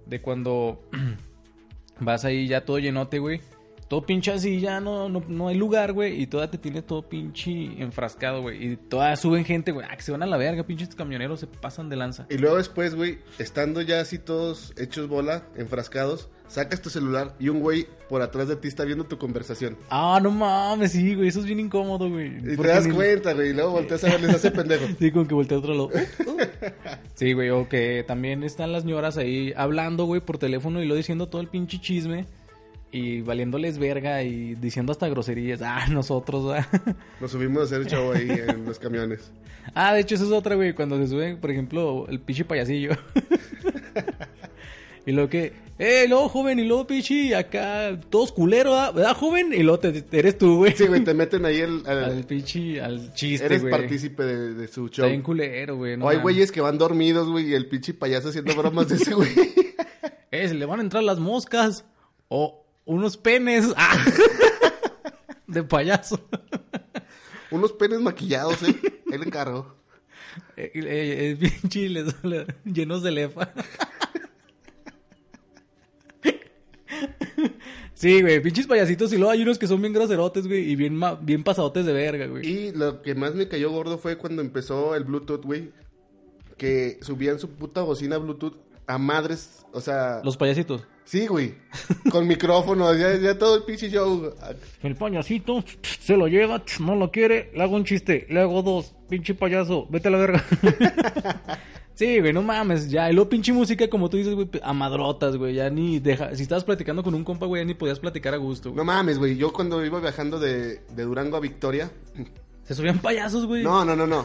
S6: de cuando vas ahí ya todo llenote, güey. Todo pinche así, ya no, no, no hay lugar, güey. Y toda te tiene todo pinche enfrascado, güey. Y toda suben gente, güey. Ah, que se van a la verga, pinches camioneros se pasan de lanza.
S7: Y luego después, güey, estando ya así todos hechos bola, enfrascados, sacas tu celular y un güey por atrás de ti está viendo tu conversación.
S6: Ah, no mames, sí, güey. Eso es bien incómodo, güey.
S7: Y te
S6: Porque
S7: das
S6: ni-
S7: cuenta, güey, y luego volteas a verles hace pendejo.
S6: Sí, con que voltea a otro lado. Sí, güey, o que también están las señoras ahí hablando, güey, por teléfono y lo diciendo todo el pinche chisme y valiéndoles verga y diciendo hasta groserías. Ah, nosotros, ah.
S7: Nos subimos a hacer show ahí en los camiones.
S6: Ah, de hecho, eso es otra, güey, cuando se sube, por ejemplo, el pinche payasillo. Y lo que, eh, luego, joven, y luego, pinche, acá, todos culeros, ¿verdad? ¿verdad, joven? Y luego te- te- eres tú, güey.
S7: Sí, güey, te meten ahí el... al-
S6: Al pinche, al chiste,
S7: eres
S6: güey.
S7: partícipe de, de su
S6: Está
S7: show.
S6: bien culero, güey. no
S7: o hay
S6: mames.
S7: güeyes que van dormidos, güey, y el pinche payaso haciendo bromas de ese güey.
S6: Es, le van a entrar las moscas o unos penes. ¡Ah! De payaso.
S7: Unos penes maquillados, ¿eh? Él encargó.
S6: Eh, eh, Es bien chile, llenos de lefa. Sí, güey, pinches payasitos y luego hay unos que son bien groserotes, güey, y bien, ma- bien pasadotes de verga, güey.
S7: Y lo que más me cayó gordo fue cuando empezó el Bluetooth, güey. Que subían su puta bocina Bluetooth a madres. O sea,
S6: Los payasitos.
S7: sí, güey. Con micrófono, ya, ya todo el pinche show.
S1: El payasito se lo lleva, no lo quiere, le hago un chiste, le hago dos, pinche payaso, vete a la verga.
S6: Sí, güey, no mames, ya. Y luego pinche música, como tú dices, güey, a madrotas, güey. Ya ni deja. Si estabas platicando con un compa, güey, ya ni podías platicar a gusto, güey.
S7: No mames, güey. Yo cuando iba viajando de, de Durango a Victoria.
S6: Se subían payasos, güey.
S7: No, no, no, no.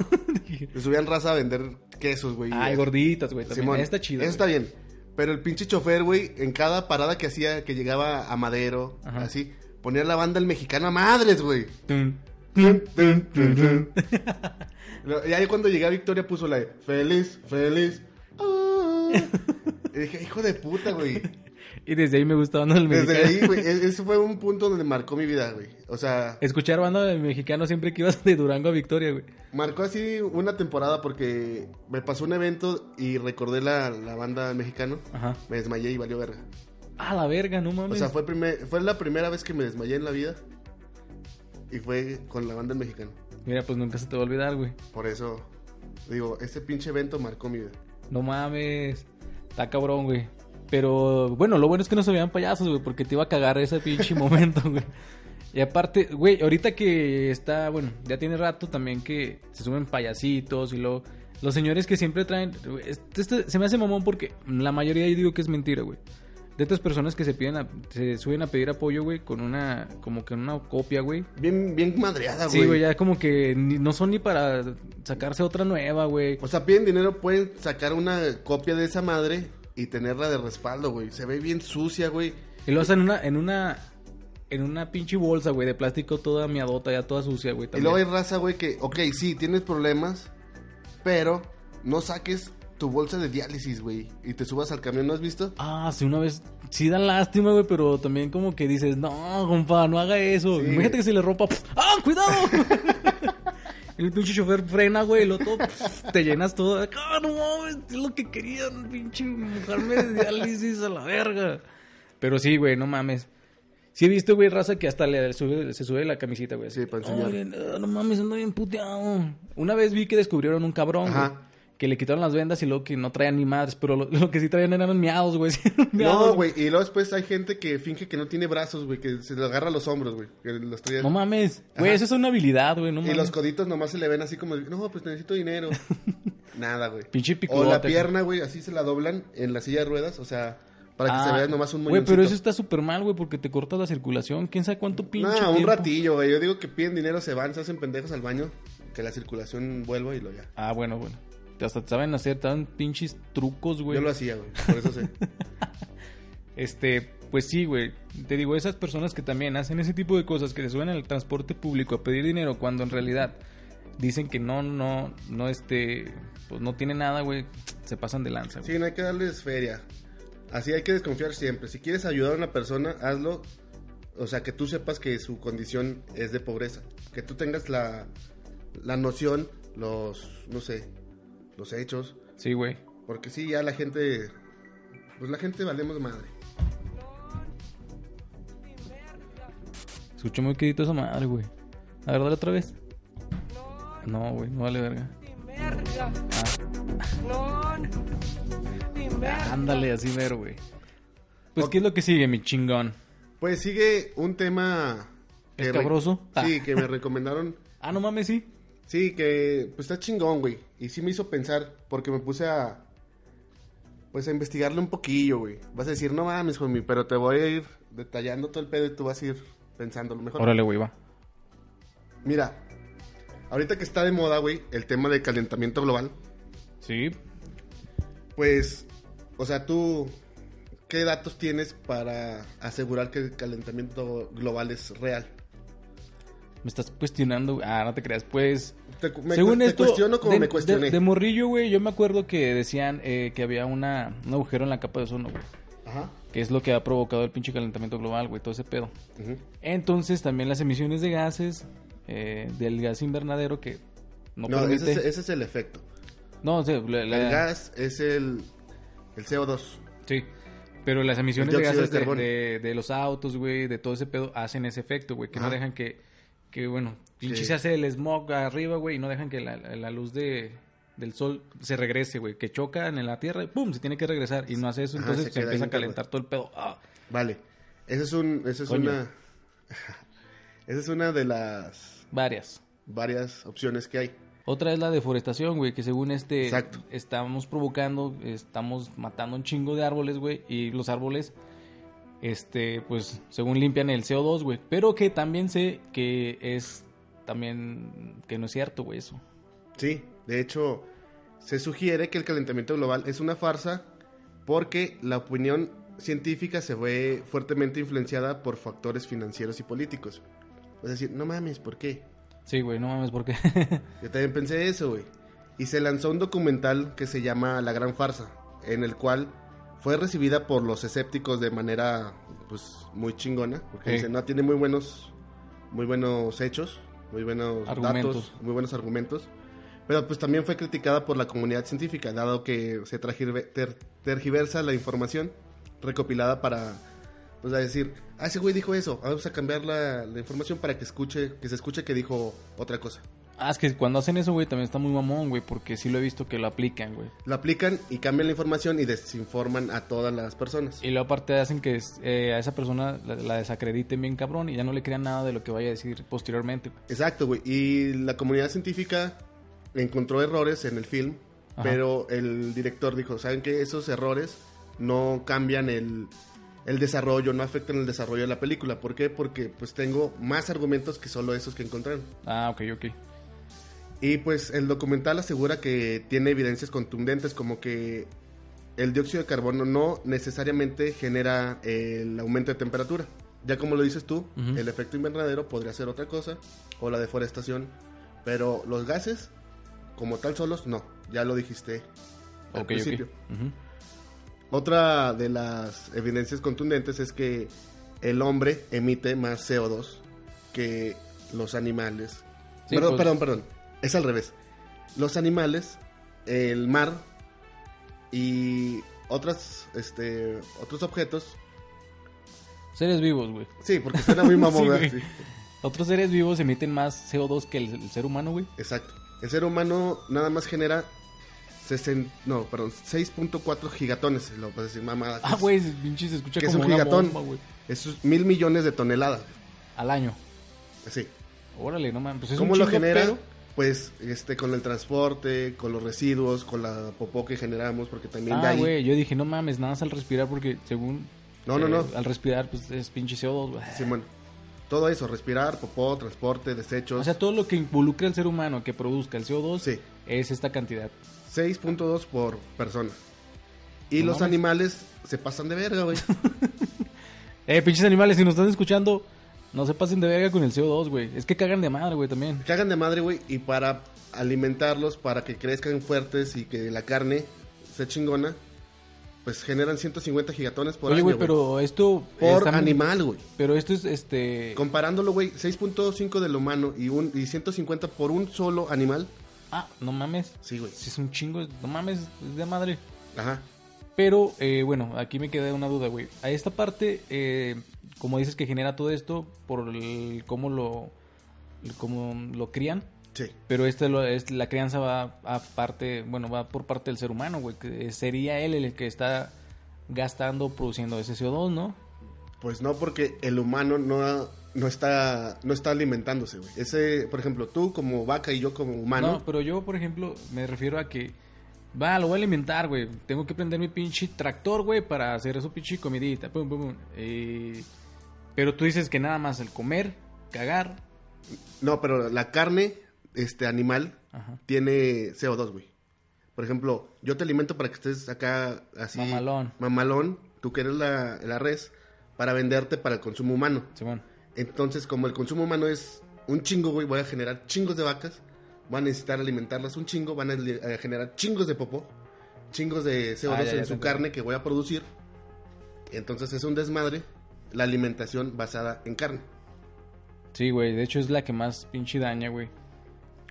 S7: Me subían raza a vender quesos, güey.
S6: Ay, gorditas, güey. También.
S7: Simón,
S6: Está chido.
S7: Eso está
S6: güey.
S7: bien. Pero el pinche chofer, güey, en cada parada que hacía, que llegaba a Madero,
S6: Ajá.
S7: así, ponía la banda el mexicano a madres, güey.
S6: Tun.
S7: Lo- Y ahí cuando llegué a Victoria puso la de feliz, feliz. ah". Y dije, hijo de puta, güey.
S6: Y desde ahí me gustaba banda del
S7: Desde
S6: mexicano.
S7: ahí, güey, e- ese fue un punto donde marcó mi vida, güey. O sea,
S6: Escuchar banda del mexicano siempre que ibas de Durango a Victoria, güey.
S7: marcó así una temporada porque me pasó un evento y recordé la, la banda mexicano.
S6: Ajá.
S7: Me desmayé y valió verga.
S6: A la verga, no mames.
S7: O sea, fue, primer- fue la primera vez que me desmayé en la vida. Y fue con la banda mexicana.
S6: Mira, pues nunca se te va a olvidar, güey.
S7: Por eso, digo, este pinche evento marcó mi vida.
S6: No mames. Está cabrón, güey. Pero bueno, lo bueno es que no se veían payasos, güey, porque te iba a cagar ese pinche momento, güey. Y aparte, güey, ahorita que está, bueno, ya tiene rato también que se suben payasitos y luego. Los señores que siempre traen. güey, Este, este se me hace mamón porque la mayoría yo digo que es mentira, güey. De estas personas que se piden a- se suben a pedir apoyo, güey, con una. como que una copia, güey.
S7: Bien, bien madreada, Ah, güey.
S6: Sí, güey, ya como que ni- no son ni para sacarse otra nueva, güey.
S7: O sea, piden dinero, pueden sacar una copia de esa madre y tenerla de respaldo, güey. Se ve bien sucia, güey.
S6: Y lo hacen en una, en una, en una pinche bolsa, güey, de plástico toda miadota, ya toda sucia, güey.
S7: Y
S6: también.
S7: luego hay raza, güey, que, ok, sí, tienes problemas, pero no saques tu bolsa de diálisis, güey, y te subas al camión, ¿no has visto?
S6: Ah, sí, una vez. Sí da lástima, güey, pero también como que dices, no, compa, no haga eso.
S7: Sí.
S6: Imagínate que se le ropa. pf, ¡Ah, cuidado! el pinche chofer frena, güey, el otro pf, te llenas todo. ¡Ah, no mames! Es lo que querían, pinche mojarme de diálisis a la verga. Pero sí, güey, no mames. Sí he visto, güey, raza que hasta le sube, se sube la camiseta, güey. así.
S7: Sí, para enseñar.
S6: Oye, no, no mames, ando bien puteado. Una vez vi que descubrieron un cabrón,
S7: Ajá.
S6: güey, Que le quitaron las vendas y luego que no traían ni madres, pero lo, lo que sí traían eran miados, güey. sí,
S7: No,
S6: miados,
S7: güey, y luego después hay gente que finge que no tiene brazos, güey, que se le agarra los hombros, güey, que los trae-
S6: No mames. Güey, eso es una habilidad, güey, no
S7: Y
S6: mames.
S7: los coditos nomás se le ven así como, no, pues necesito dinero. Nada, güey.
S6: Pinche
S7: O la
S6: picudote.
S7: pierna, güey, así se la doblan en la silla de ruedas, o sea, para que se
S6: Ah,
S7: vea nomás un
S6: Güey, pero eso
S7: muñoncito.
S6: está súper mal, güey, porque te cortas la circulación. ¿Quién sabe cuánto pinche
S7: No, un
S6: tiempo?
S7: ratillo, güey. Yo digo que piden dinero, se van, se hacen pendejos al baño, que la circulación vuelva y lo ya.
S6: Ah, bueno, bueno. Hasta te saben hacer, te dan pinches trucos, güey.
S7: Yo lo hacía, güey. Por eso sé.
S6: Este, pues sí, güey. Te digo, esas personas que también hacen ese tipo de cosas, que se suben al transporte público a pedir dinero cuando en realidad dicen que no, no, no, este, pues no tiene nada, güey, se pasan de lanza, güey.
S7: Sí, no hay que darles feria. Así hay que desconfiar siempre. Si quieres ayudar a una persona, hazlo. O sea, que tú sepas que su condición es de pobreza. Que tú tengas la, la noción, los, no sé, los hechos.
S6: Sí, güey.
S7: Porque sí, ya la gente, pues la gente valemos madre.
S6: Escuchó muy quedito esa madre, güey. A ver, dale otra vez. No, güey, no vale verga. Ah, ándale, así mero, güey. Pues, ¿qué es lo que sigue, mi chingón?
S7: Pues sigue un tema... que re-
S6: ¿Escabroso?
S7: Sí,
S6: Ah.
S7: que me recomendaron.
S6: Ah, no mames, sí.
S7: Sí, que pues está chingón, güey. Y sí me hizo pensar, porque me puse a. Pues a investigarle un poquillo, güey. Vas a decir, no mames, homie, pero te voy a ir detallando todo el pedo y tú vas a ir pensando lo mejor.
S6: Órale, güey, va.
S7: Mira, ahorita que está de moda, güey, el tema del calentamiento global,
S6: Sí.
S7: pues, o sea, tú, ¿qué datos tienes para asegurar que el calentamiento global es real?
S6: Me estás cuestionando. güey. Ah, no te creas, pues.
S7: Te, cu- me,
S6: Según
S7: te
S6: esto,
S7: cuestiono como
S6: de,
S7: me cuestioné.
S6: de- de morrillo, güey, yo me acuerdo que decían eh, que había una, un agujero en la capa de ozono, güey.
S7: Ajá.
S6: Que es lo que ha provocado el pinche calentamiento global, güey, todo ese pedo.
S7: ujú.
S6: Entonces, también las emisiones de gases, eh, del gas invernadero que no,
S7: No,
S6: permite.
S7: ese, es, ese es el efecto.
S6: No, o sea, la- la-
S7: El gas es el, el CO2.
S6: Sí. Pero las emisiones
S7: El
S6: de
S7: dióxido
S6: gases
S7: de
S6: de,
S7: carbono.
S6: de- de los autos, güey, de todo ese pedo, hacen ese efecto, güey, que no
S7: Ajá.
S6: dejan que, que bueno, pinche
S7: Sí.
S6: se hace el smog arriba, güey, y no dejan que la, la luz de, del sol se regrese, güey, que choca en la tierra y pum, se tiene que regresar y no hace eso,
S7: Ajá,
S6: entonces
S7: se
S6: se,
S7: queda
S6: empieza
S7: ahí
S6: a calentar todo el pedo. Ah.
S7: Vale. Esa es, un, esa es
S6: Coño.
S7: una. Esa es una de las
S6: varias.
S7: varias opciones que hay.
S6: Otra es la deforestación, güey, que según este
S7: Exacto.
S6: estamos provocando, estamos matando un chingo de árboles, güey, y los árboles este pues según limpian el CO2, güey, pero que también sé que es también que no es cierto, güey, eso.
S7: Sí, de hecho, se sugiere que el calentamiento global es una farsa porque la opinión científica se fue fuertemente influenciada por factores financieros y políticos. Es decir, no mames, ¿por qué?
S6: Sí, güey, no mames porque
S7: Yo también pensé eso, güey. Y se lanzó un documental que se llama La Gran Farsa, en el cual fue recibida por los escépticos de manera, pues, muy chingona. Porque
S6: Sí.
S7: dicen, no, tiene muy buenos, muy buenos hechos, muy buenos
S6: Argumentos.
S7: datos, muy buenos argumentos. Pero pues también fue criticada por la comunidad científica, dado que se trajirve- ter- tergiversa la información recopilada para, pues, a decir, ah, ese güey dijo eso, vamos a cambiar la, la información para que escuche, que se escuche que dijo otra cosa.
S6: ah, es que cuando hacen eso, güey, también está muy mamón, güey, porque sí lo he visto que lo aplican, güey.
S7: Lo aplican y cambian la información y desinforman a todas las personas.
S6: Y luego aparte hacen que eh, a esa persona la, la desacrediten bien cabrón y ya no le crean nada de lo que vaya a decir posteriormente. güey.
S7: Exacto, güey. Y la comunidad científica encontró errores en el film,
S6: Ajá.
S7: pero el director dijo, ¿saben que Esos errores no cambian el, el desarrollo, no afectan el desarrollo de la película. ¿Por qué? Porque pues tengo más argumentos que solo esos que encontraron.
S6: Ah, ok, ok.
S7: Y pues el documental asegura que tiene evidencias contundentes como que el dióxido de carbono no necesariamente genera el aumento de temperatura. Ya como lo dices tú,
S6: Ujú.
S7: el efecto invernadero podría ser otra cosa o la deforestación, pero los gases como tal solos no, ya lo dijiste
S6: Ok,
S7: al
S6: ok.
S7: principio.
S6: Ujú.
S7: Otra de las evidencias contundentes es que el hombre emite más CO2 que los animales.
S6: Sí,
S7: perdón,
S6: pues-
S7: perdón, perdón. Es al revés. Los animales, el mar y otras, este, otros objetos.
S6: Seres vivos, güey.
S7: Sí, porque suena muy mamón.
S6: Sí,
S7: ¿verdad?
S6: güey.
S7: Sí,
S6: Otros seres vivos emiten más CO2 que el, el ser humano, güey.
S7: exacto. El ser humano nada más genera 60, no, perdón, 6.4 gigatones. Lo puedes decir mamada.
S6: Ah, güey, ese pinche se escucha
S7: que
S6: como
S7: es un
S6: una
S7: gigatón.
S6: bomba, güey.
S7: Es mil millones de toneladas.
S6: Al año.
S7: Sí.
S6: Órale, no mames. Pues es
S7: ¿Cómo
S6: un
S7: lo
S6: chingo,
S7: genera?
S6: pero-
S7: Pues este con el transporte, con los residuos, con la popó que generamos, porque también de
S6: Ah,
S7: ahí.
S6: güey, yo dije, no mames, nada más al respirar porque según...
S7: No, no,
S6: eh,
S7: no.
S6: Al respirar, pues es pinche CO2, güey.
S7: Simón. Todo eso, respirar, popó, transporte, desechos.
S6: O sea, todo lo que involucra al ser humano que produzca el CO2
S7: Sí.
S6: es esta cantidad.
S7: 6.2 por persona. Y
S6: No
S7: los
S6: mames.
S7: animales se pasan de verga, güey.
S6: Eh, pinches animales, si nos están escuchando, no se pasen de verga con el CO2, güey. Es que cagan de madre, güey, también.
S7: Cagan de madre, güey, y para alimentarlos, para que crezcan fuertes y que la carne sea chingona, pues generan 150 gigatones por
S6: Oye,
S7: año,
S6: güey,
S7: güey.
S6: pero esto...
S7: por
S6: está-
S7: animal, güey.
S6: Pero esto es, este...
S7: Comparándolo, güey, 6.5 del humano y, un, y 150 por un solo animal.
S6: Ah, no mames.
S7: Sí, güey.
S6: Si es un chingo, no mames, es de madre.
S7: Ajá.
S6: Pero, eh, bueno, aquí me queda una duda, güey. A esta parte, eh, como dices que genera todo esto por el, cómo lo el cómo lo crían,
S7: Sí.
S6: pero esta lo- es, la crianza va a parte, bueno, va por parte del ser humano, güey. que sería él el que está gastando, produciendo ese CO2, ¿no?
S7: Pues no, porque el humano no, no, está, no está alimentándose, güey. Ese, por ejemplo, tú como vaca y yo como humano.
S6: No, pues- pero yo, por ejemplo, me refiero a que. Va, lo voy a alimentar, güey. Tengo que prender mi pinche tractor, güey, para hacer su pinche comidita. Pum, pum, pum. Eh, pero tú dices que nada más el comer, cagar.
S7: No, pero la carne este animal
S6: Ajá.
S7: tiene CO2, güey. Por ejemplo, yo te alimento para que estés acá así.
S6: Mamalón.
S7: Mamalón, tú que eres la, la res, para venderte para el consumo humano.
S6: Simón.
S7: Entonces, como el consumo humano es un chingo, güey, voy a generar chingos de vacas, van a necesitar alimentarlas un chingo, van a, li- a generar chingos de popó, chingos de CO2
S6: Ah, ya, ya,
S7: en
S6: ya,
S7: su
S6: ya.
S7: carne que voy a producir. Entonces es un desmadre la alimentación basada en carne.
S6: Sí, güey. De hecho, es la que más pinche daña, güey.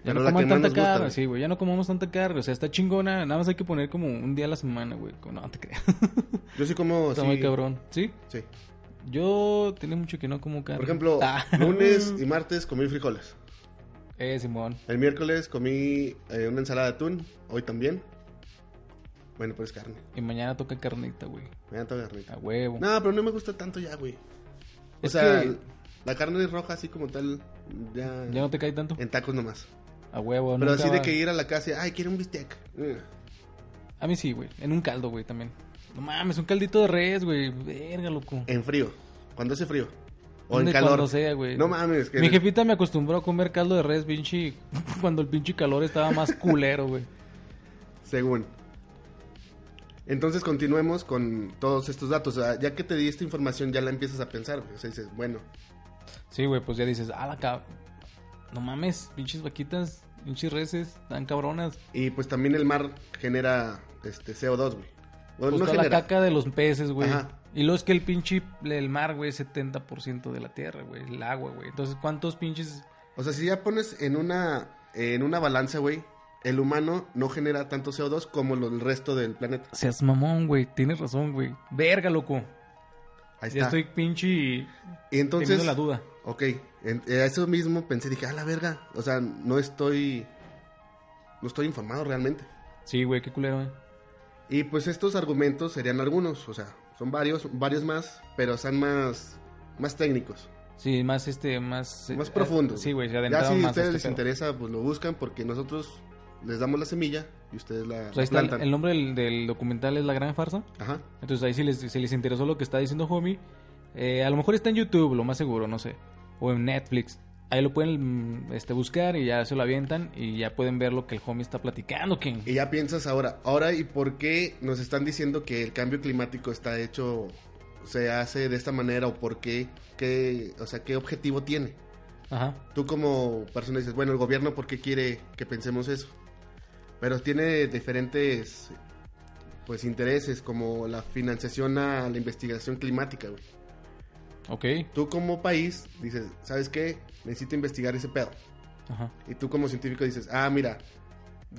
S6: Ya
S7: Pero
S6: no
S7: la
S6: coman
S7: que menos
S6: tanta
S7: gusta,
S6: carne.
S7: güey.
S6: Sí, güey. Ya no comamos tanta carne. O sea, está chingona. Nada más hay que poner como un día a la semana, güey. Como, No, te creas.
S7: Yo sí como
S6: Está
S7: así.
S6: muy cabrón. ¿Sí?
S7: Sí.
S6: Yo tiene mucho que no como carne.
S7: Por ejemplo,
S6: Ah.
S7: lunes y martes comí frijoles.
S6: Eh, Simón.
S7: El miércoles comí eh, una ensalada de atún. Hoy también. Bueno, pues carne.
S6: Y mañana toca carnita, güey.
S7: Me da toda carnita.
S6: A huevo.
S7: No, pero no me gusta tanto ya, güey. O
S6: Es
S7: sea,
S6: que-
S7: la carne roja así como tal, ya,
S6: Ya no te cae tanto.
S7: en tacos nomás.
S6: A huevo.
S7: Pero
S6: nunca
S7: así de
S6: va- Mm.
S7: que ir a la casa y, ay, quiero un bistec. Eh,
S6: A mí sí, güey. En un caldo, güey, también. No mames, un caldito de res, güey. Verga, loco.
S7: En frío, cuando hace frío. O en
S6: Donde
S7: calor.
S6: Cuando sea, güey.
S7: No mames, que
S6: Mi jefita me acostumbró a comer caldo de res, pinche. Cuando el pinche calor estaba más culero, güey.
S7: según. Entonces continuemos con todos estos datos. O sea, ya que te di esta información, ya la empiezas a pensar. güey. O sea, dices, bueno,
S6: Sí, güey, pues ya dices, ah, la cab... No mames, pinches vaquitas, pinches reses, tan cabronas.
S7: y pues también el mar genera este CO2, güey. Bueno,
S6: Pues
S7: no
S6: toda
S7: genera.
S6: la caca de los peces, güey.
S7: Ajá.
S6: Y luego es que el pinche, el mar, güey, es 70% de la tierra, güey. El agua, güey. Entonces, ¿cuántos pinches...?
S7: O sea, si ya pones en una en una balanza, güey, el humano no genera tanto CO2 como lo- el resto del planeta.
S6: Seas mamón, güey. Tienes razón, güey. Verga, loco.
S7: Ahí está.
S6: Ya estoy pinche...
S7: y entonces,
S6: teniendo la duda.
S7: ok, en- eh, a eso mismo pensé, dije, ah, la verga, o sea, no estoy, no estoy informado realmente.
S6: Sí, güey, qué culero, eh. güey.
S7: Y pues estos argumentos serían algunos, o sea, son varios, varios más, pero son más, más técnicos,
S6: Sí, más este, más...
S7: más
S6: eh,
S7: profundos.
S6: Sí, güey, se
S7: Ya
S6: adentraron
S7: si a
S6: más a
S7: ustedes
S6: este
S7: les
S6: pedo.
S7: interesa, pues lo buscan porque nosotros les damos la semilla y ustedes la,
S6: Pues ahí está,
S7: la
S6: el,
S7: plantan.
S6: el nombre del, del documental es La Gran Farsa.
S7: Ajá.
S6: Entonces ahí si les, si les interesó lo que está diciendo Homie, eh, a lo mejor está en YouTube, lo más seguro, no sé. O en Netflix. Ahí lo pueden mm, este, buscar y ya se lo avientan y ya pueden ver lo que el Homie está platicando, King.
S7: Y ya piensas ahora, ahora y por qué nos están diciendo que el cambio climático está hecho, se hace de esta manera o por qué, qué o sea, qué objetivo tiene.
S6: Ajá.
S7: Tú como persona dices, bueno, el gobierno por qué quiere que pensemos eso. Pero tiene diferentes pues intereses como la financiación a la investigación climática, güey.
S6: Ok.
S7: Tú como país dices, ¿sabes qué? Necesito investigar ese pedo.
S6: Ajá.
S7: Y tú como científico dices, ah, mira,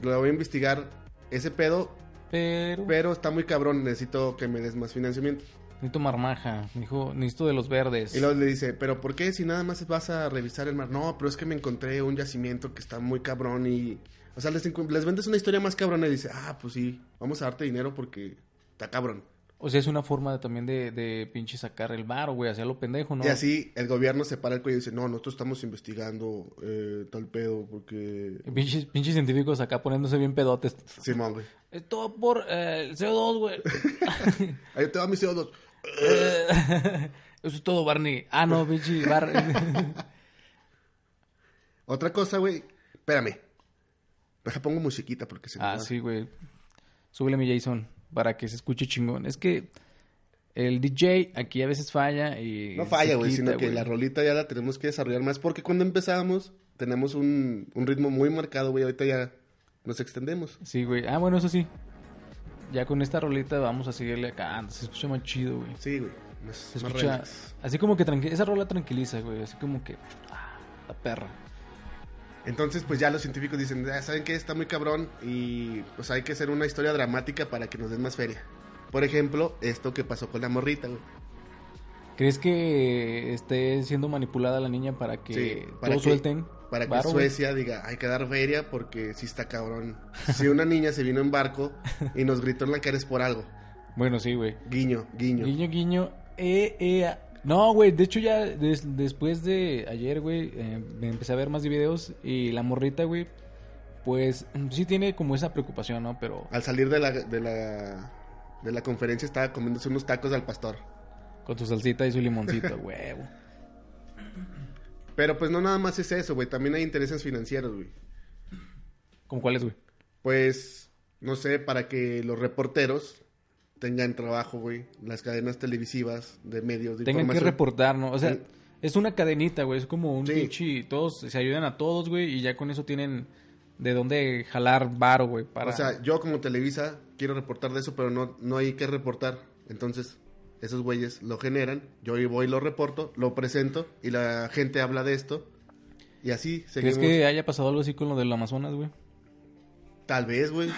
S7: lo voy a investigar ese pedo
S6: Pero...
S7: pero está muy cabrón, necesito que me des más financiamiento.
S6: Necesito marmaja. Me dijo, necesito de los verdes.
S7: Y luego le dice, pero ¿por qué si nada más vas a revisar el mar? No, pero es que me encontré un yacimiento que está muy cabrón y... O sea, les, encu- les vendes una historia más cabrona y dice, ah, pues sí, vamos a darte dinero porque está cabrón.
S6: O sea, es una forma de- también de, de pinche sacar el bar, güey, hacerlo pendejo, ¿no?
S7: Y así el gobierno se para el cuello y dice, no, nosotros estamos investigando eh, tal pedo porque...
S6: Y Pinches, pinches científicos acá poniéndose bien pedotes.
S7: Simón, güey.
S6: Es todo por eh, el CO2, güey.
S7: Ahí te va mi CO2.
S6: Eh, Eso es todo, Barney. Ah, no, pinche Barney.
S7: Otra cosa, güey, espérame. Deja, pongo musiquita porque se me
S6: ah,
S7: va.
S6: sí, güey. Súbele mi Jason para que se escuche chingón. Es que el DJ aquí a veces falla y...
S7: No falla,
S6: se
S7: güey,
S6: quita,
S7: sino que
S6: güey.
S7: la rolita ya la tenemos que desarrollar más. Porque cuando empezábamos, tenemos un, un ritmo muy marcado, güey. Ahorita ya nos extendemos.
S6: Sí, güey. Ah, bueno, eso sí. Ya con esta rolita vamos a seguirle acá. Ah, Se escucha más chido, güey.
S7: Sí, güey. Más,
S6: Se
S7: más
S6: escucha...
S7: relax.
S6: Así como que tranqui- Esa rola tranquiliza, güey. Así como que... ah, la perra.
S7: Entonces, pues ya los científicos dicen, "Ah, ¿saben qué? Está muy cabrón. Y pues hay que hacer una historia dramática para que nos den más feria. Por ejemplo, esto que pasó con la morrita, güey.
S6: ¿Crees que eh, esté siendo manipulada la niña para que
S7: Sí, para
S6: todos
S7: que-
S6: suelten?
S7: Para que
S6: varo, güey?
S7: Suecia diga, hay que dar feria porque sí está cabrón. Si una niña se vino en barco y nos gritó en la cara es por algo.
S6: Bueno, sí, güey.
S7: Guiño, guiño.
S6: Guiño, guiño. Eh, eh, ah. No, güey, de hecho ya des- después de ayer, güey, eh, me empecé a ver más de videos y la morrita, güey, pues mm, sí tiene como esa preocupación, ¿no? Pero
S7: Al salir de la, de la, de la conferencia estaba comiéndose unos tacos al pastor.
S6: con su salsita y su limoncito, huevo.
S7: Pero pues no nada más es eso, güey. También hay intereses financieros, güey.
S6: ¿Con cuáles, güey?
S7: Pues, no sé, para que los reporteros tengan trabajo, güey. Las cadenas televisivas de medios de
S6: Tengan que
S7: información.
S6: reportar, ¿no? O sea,
S7: Sí.
S6: es una cadenita, güey, es como un
S7: Sí.
S6: pinche, todos se ayudan a todos, güey, y ya con eso tienen de dónde jalar varo, güey, para...
S7: O sea, yo como Televisa quiero reportar de eso, pero no, no hay que reportar. Entonces, esos güeyes lo generan, yo ahí voy y lo reporto, lo presento y la gente habla de esto. Y así
S6: ¿Crees
S7: seguimos.
S6: que haya pasado algo así con lo del Amazonas, güey?
S7: Tal vez, güey.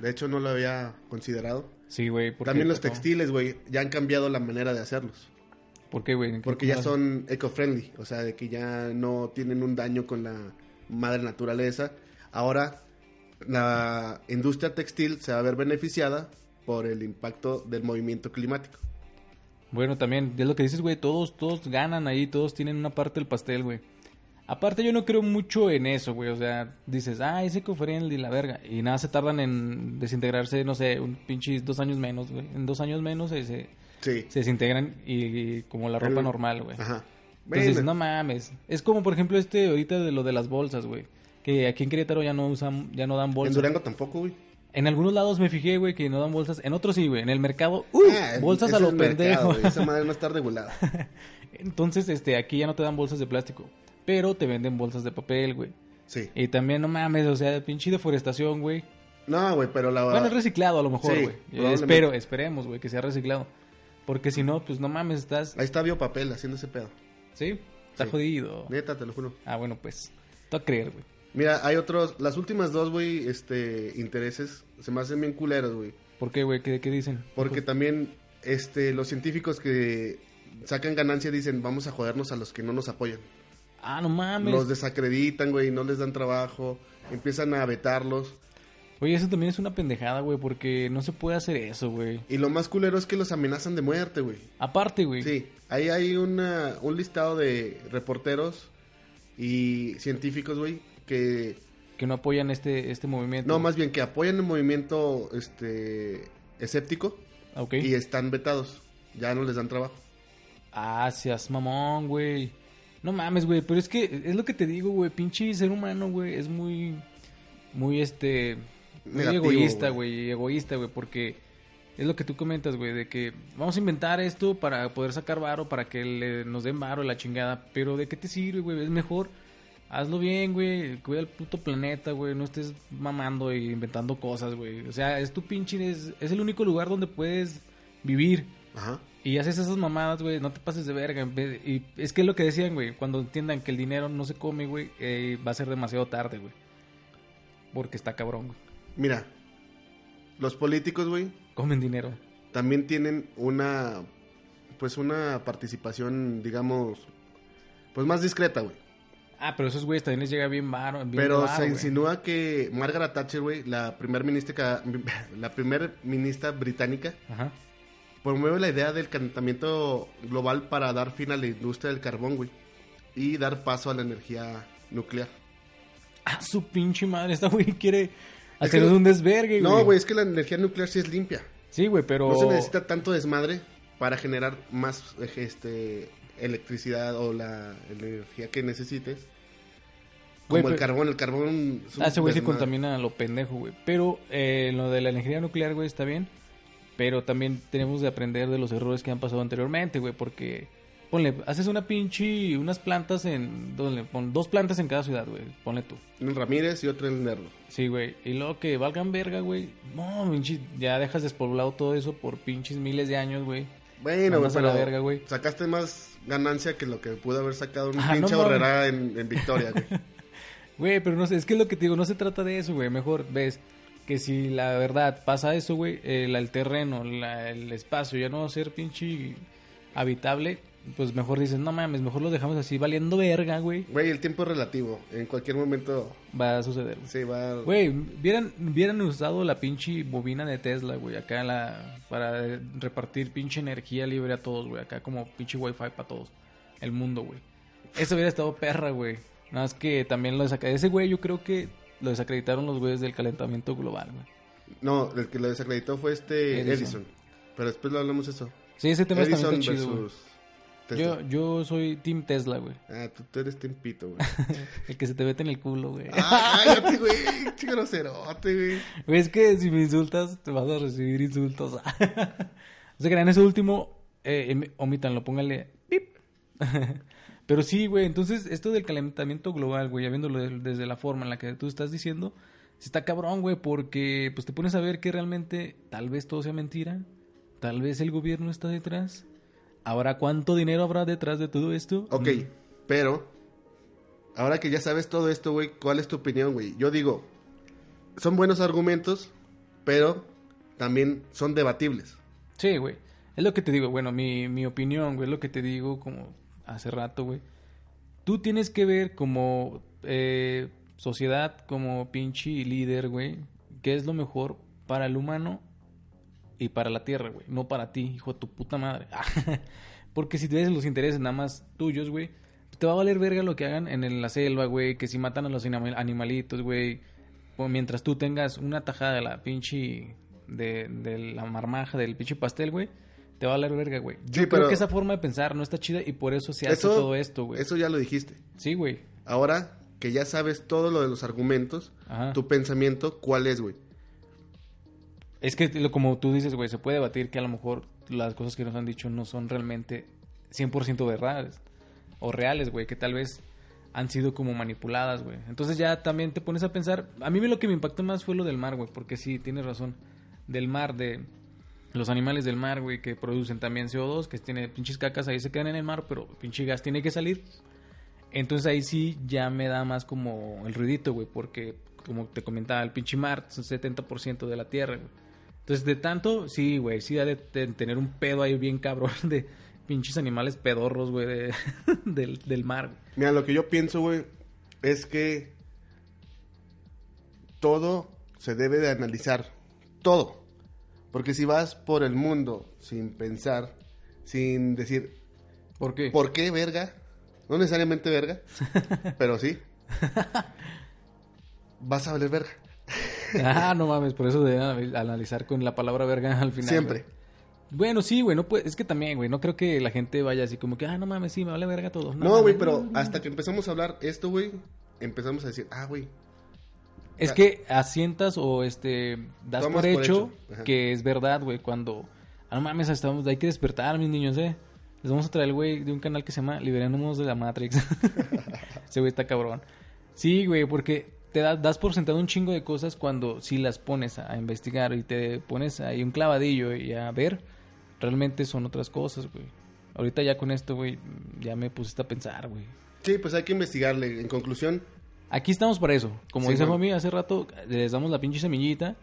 S7: De hecho, no lo había considerado.
S6: Sí, güey. ¿por qué
S7: También los
S6: pasó?
S7: textiles, güey, ya han cambiado la manera de hacerlos.
S6: ¿Por qué, güey?
S7: Porque ya son eco-friendly, o sea, de que ya no tienen un daño con la madre naturaleza. Ahora, la industria textil se va a ver beneficiada por el impacto del movimiento climático.
S6: Bueno, también, es lo que dices, güey, todos, todos ganan ahí, todos tienen una parte del pastel, güey. Aparte, yo no creo mucho en eso, güey. O sea, dices, ah, ese friendly, la verga. Y nada, se tardan en desintegrarse, no sé, un pinche dos años menos, güey. En dos años menos eh, se,
S7: Sí.
S6: se desintegran y, y como la ropa
S7: El-
S6: normal, güey.
S7: Ajá.
S6: Entonces,
S7: Bueno,
S6: no mames. Es como, por ejemplo, este ahorita de lo de las bolsas, güey. Que aquí en Querétaro ya no usan, ya no dan
S7: en
S6: bolsas.
S7: Durango tampoco, güey.
S6: En algunos lados me fijé, güey, que no dan bolsas. En otros sí, güey. En el mercado, ¡uh!
S7: Ah, es-
S6: bolsas
S7: ese
S6: a
S7: es
S6: los
S7: el mercado,
S6: pendejos.
S7: güey, Esa madre no está regulada.
S6: Entonces, este, aquí ya no te dan bolsas de plástico, pero te venden bolsas de papel, güey.
S7: Sí.
S6: Y también, no mames, o sea, pinche deforestación, güey.
S7: No, güey, pero la
S6: Bueno, es reciclado a lo mejor,
S7: Sí,
S6: güey. Eh,
S7: probablemente.
S6: Espero, esperemos, güey, que sea reciclado. Porque si no, pues no mames, estás...
S7: Ahí está biopapel haciendo ese pedo.
S6: Sí, está
S7: Sí.
S6: jodido.
S7: Neta, te lo juro.
S6: Ah, bueno, pues, tú a creer, güey.
S7: Mira, hay otros. Las últimas dos, güey, este, intereses se me hacen bien culeros, güey.
S6: ¿Por qué, güey? ¿Qué, qué dicen?
S7: Porque también este, los científicos que sacan ganancia dicen, vamos a jodernos a los que no nos apoyan.
S6: Ah, no mames.
S7: Los desacreditan, güey, no les dan trabajo, empiezan a vetarlos.
S6: Oye, eso también es una pendejada, güey, porque no se puede hacer eso, güey.
S7: Y lo más culero es que los amenazan de muerte, güey.
S6: Aparte, güey.
S7: Sí, ahí hay una, un listado de reporteros y científicos, güey, que...
S6: Que no apoyan este, este movimiento.
S7: No, más bien que apoyan el movimiento este, escéptico
S6: Ok.
S7: y están vetados. Ya no les dan trabajo.
S6: Ah, seas mamón, güey. No mames, güey, pero es que es lo que te digo, güey, pinche ser humano, güey, es muy muy este muy
S7: Negativo,
S6: egoísta, güey, egoísta, güey, porque es lo que tú comentas, güey, de que vamos a inventar esto para poder sacar varo, para que le- nos den varo la chingada, pero ¿de qué te sirve, güey? Es mejor hazlo bien, güey, cuida el puto planeta, güey, no estés mamando y inventando cosas, güey. O sea, es tu pinche es, es el único lugar donde puedes vivir.
S7: Ajá.
S6: Y haces esas mamadas, güey, no te pases de verga. en vez- Y es que es lo que decían, güey, cuando entiendan que el dinero no se come, güey, eh, va a ser demasiado tarde, güey. Porque está cabrón, güey.
S7: Mira, los políticos, güey,
S6: Comen dinero.
S7: también tienen una pues una participación digamos pues más discreta, güey.
S6: Ah, pero esos güeyes también les llega bien varo. bien
S7: Pero
S6: de varo,
S7: se
S6: güey.
S7: insinúa que Margaret Thatcher, güey, la primer ministra la primer ministra británica
S6: Ajá.
S7: promueve la idea del calentamiento global para dar fin a la industria del carbón, güey, y dar paso a la energía nuclear.
S6: Ah, su pinche madre, esta güey quiere hacer
S7: que-
S6: un desvergue, güey.
S7: No, güey, es que la energía nuclear sí es limpia.
S6: Sí, güey, pero.
S7: No se necesita tanto desmadre para generar más eh, este electricidad o la energía que necesites. Como
S6: Güey,
S7: el
S6: pero-
S7: carbón, el carbón es un
S6: Ah, ese güey se
S7: desmadre.
S6: contamina a lo pendejo, güey. Pero eh, lo de la energía nuclear, güey, está bien. Pero también tenemos de aprender de los errores que han pasado anteriormente, güey. Porque, ponle, haces una pinche, unas plantas en, donde, pon dos plantas en cada ciudad, güey. Ponle tú.
S7: Una en Ramírez y otra en Nerdo.
S6: Sí, güey. Y luego que valgan verga, güey. No, pinche, ya dejas despoblado todo eso por pinches miles de años, güey.
S7: Bueno, güey,
S6: Mandas a la
S7: pero
S6: verga, güey.
S7: sacaste más ganancia que lo que pudo haber sacado un
S6: Ah,
S7: pinche
S6: no mames.
S7: horrera en, en Victoria, güey.
S6: Güey, pero no sé, es que es lo que te digo, no se trata de eso, güey. Mejor ves que si la verdad pasa eso, güey, el, el terreno, la- el espacio ya no va a ser pinche habitable, pues mejor dices, no mames, mejor lo dejamos así valiendo verga, güey.
S7: Güey, el tiempo es relativo. En cualquier momento
S6: Va a suceder.
S7: se va...
S6: Güey, hubieran, hubieran usado la pinche bobina de Tesla, güey, acá la, para repartir pinche energía libre a todos, güey, acá como pinche wifi para todos, el mundo, güey. Eso hubiera estado perra, güey. Nada más que también lo desacreditaron. Ese güey yo creo que lo desacreditaron los güeyes del calentamiento global, güey.
S7: No, el que lo desacreditó fue este Edison.
S6: Edison.
S7: Pero después lo hablamos eso.
S6: Sí, ese tema está
S7: Edison
S6: bien chido, güey.
S7: versus... Tesla.
S6: Yo, yo soy Team Tesla, güey.
S7: Ah, tú, tú eres tiempito, güey.
S6: El que se te vete en el culo, güey.
S7: Ah, cállate, güey. Che groserote, güey.
S6: Güey, es que si me insultas, te vas a recibir insultos. o sea, crean ese último, eh, em- omítanlo, póngale pip. Pero sí, güey, entonces esto del calentamiento global, güey, ya viéndolo de- desde la forma en la que tú estás diciendo, sí está cabrón, güey, porque pues te pones a ver que realmente tal vez todo sea mentira, Tal vez el gobierno está detrás. Ahora, ¿cuánto dinero habrá detrás de todo esto?
S7: Ok, pero ahora que ya sabes todo esto, güey, ¿cuál es tu opinión, güey? Yo digo, son buenos argumentos, pero también son debatibles.
S6: Sí, güey. Es lo que te digo, bueno, mi, mi opinión, güey, es lo que te digo como hace rato, güey. Tú tienes que ver como eh, sociedad, como pinche líder, güey, qué es lo mejor para el humano y para la tierra, güey. No para ti, hijo de tu puta madre. Porque si tienes los intereses nada más tuyos, güey, te va a valer verga lo que hagan en el- la selva, güey, que si matan a los anima- animalitos, güey. o mientras tú tengas una tajada de la pinche. De, de la marmaja, del pinche pastel, güey, te va a valer verga, güey. Yo creo
S7: Sí, pero-
S6: que esa forma de pensar no está chida y por eso se hace todo esto, güey.
S7: Eso ya lo dijiste.
S6: Sí, güey.
S7: Ahora que ya sabes todo lo de los argumentos,
S6: Ajá.
S7: tu pensamiento, ¿cuál es, güey?
S6: Es que lo- como tú dices, güey, se puede debatir que a lo mejor las cosas que nos han dicho no son realmente 100% verdades o reales, güey, que tal vez han sido como manipuladas, güey. Entonces ya también te pones a pensar, a mí lo que me impactó más fue lo del mar, güey, porque sí, tienes razón, del mar, de los animales del mar, güey, que producen también CO2, que tiene pinches cacas ahí se quedan en el mar, pero pinche gas tiene que salir. Entonces ahí sí ya me da más como el ruidito, güey, porque como te comentaba, el pinche mar es un 70% de la tierra, güey. Entonces, de tanto, sí, güey, sí, ha de te- tener un pedo ahí bien cabrón de pinches animales pedorros, güey, de- del, del mar. güey.
S7: Mira, lo que yo pienso, güey, es que todo se debe de analizar. Todo. Porque si vas por el mundo sin pensar, sin decir,
S6: ¿Por qué?
S7: ¿Por qué verga? No necesariamente verga, pero sí. Vas a valer verga.
S6: Ah, no mames, por eso de analizar con la palabra verga al final.
S7: Siempre.
S6: güey. Bueno, sí, güey, no puede, es que también, güey, no creo que la gente vaya así como que, ah, no mames, sí, me vale verga todo.
S7: No, güey,
S6: mames,
S7: pero
S6: no.
S7: hasta que empezamos a hablar esto, güey, empezamos a decir, ah, güey,
S6: Es que asientas o este das
S7: Tomas
S6: por hecho,
S7: por hecho. Ajá.
S6: que es verdad, güey, cuando ah, no mames, estamos, hay que despertar, mis niños, eh. Les vamos a traer el güey de un canal que se llama Liberándonos de la Matrix. Ese güey está cabrón. Sí, güey, porque te da- das por sentado un chingo de cosas cuando si las pones a, a investigar y te pones ahí un clavadillo y a ver, realmente son otras cosas, güey. Ahorita ya con esto, güey, ya me pusiste a pensar, güey.
S7: sí, pues hay que investigarle. En conclusión,
S6: Aquí estamos para eso. Como
S7: Sí,
S6: dice
S7: ¿no?
S6: Mami hace rato, les damos la pinche semillita.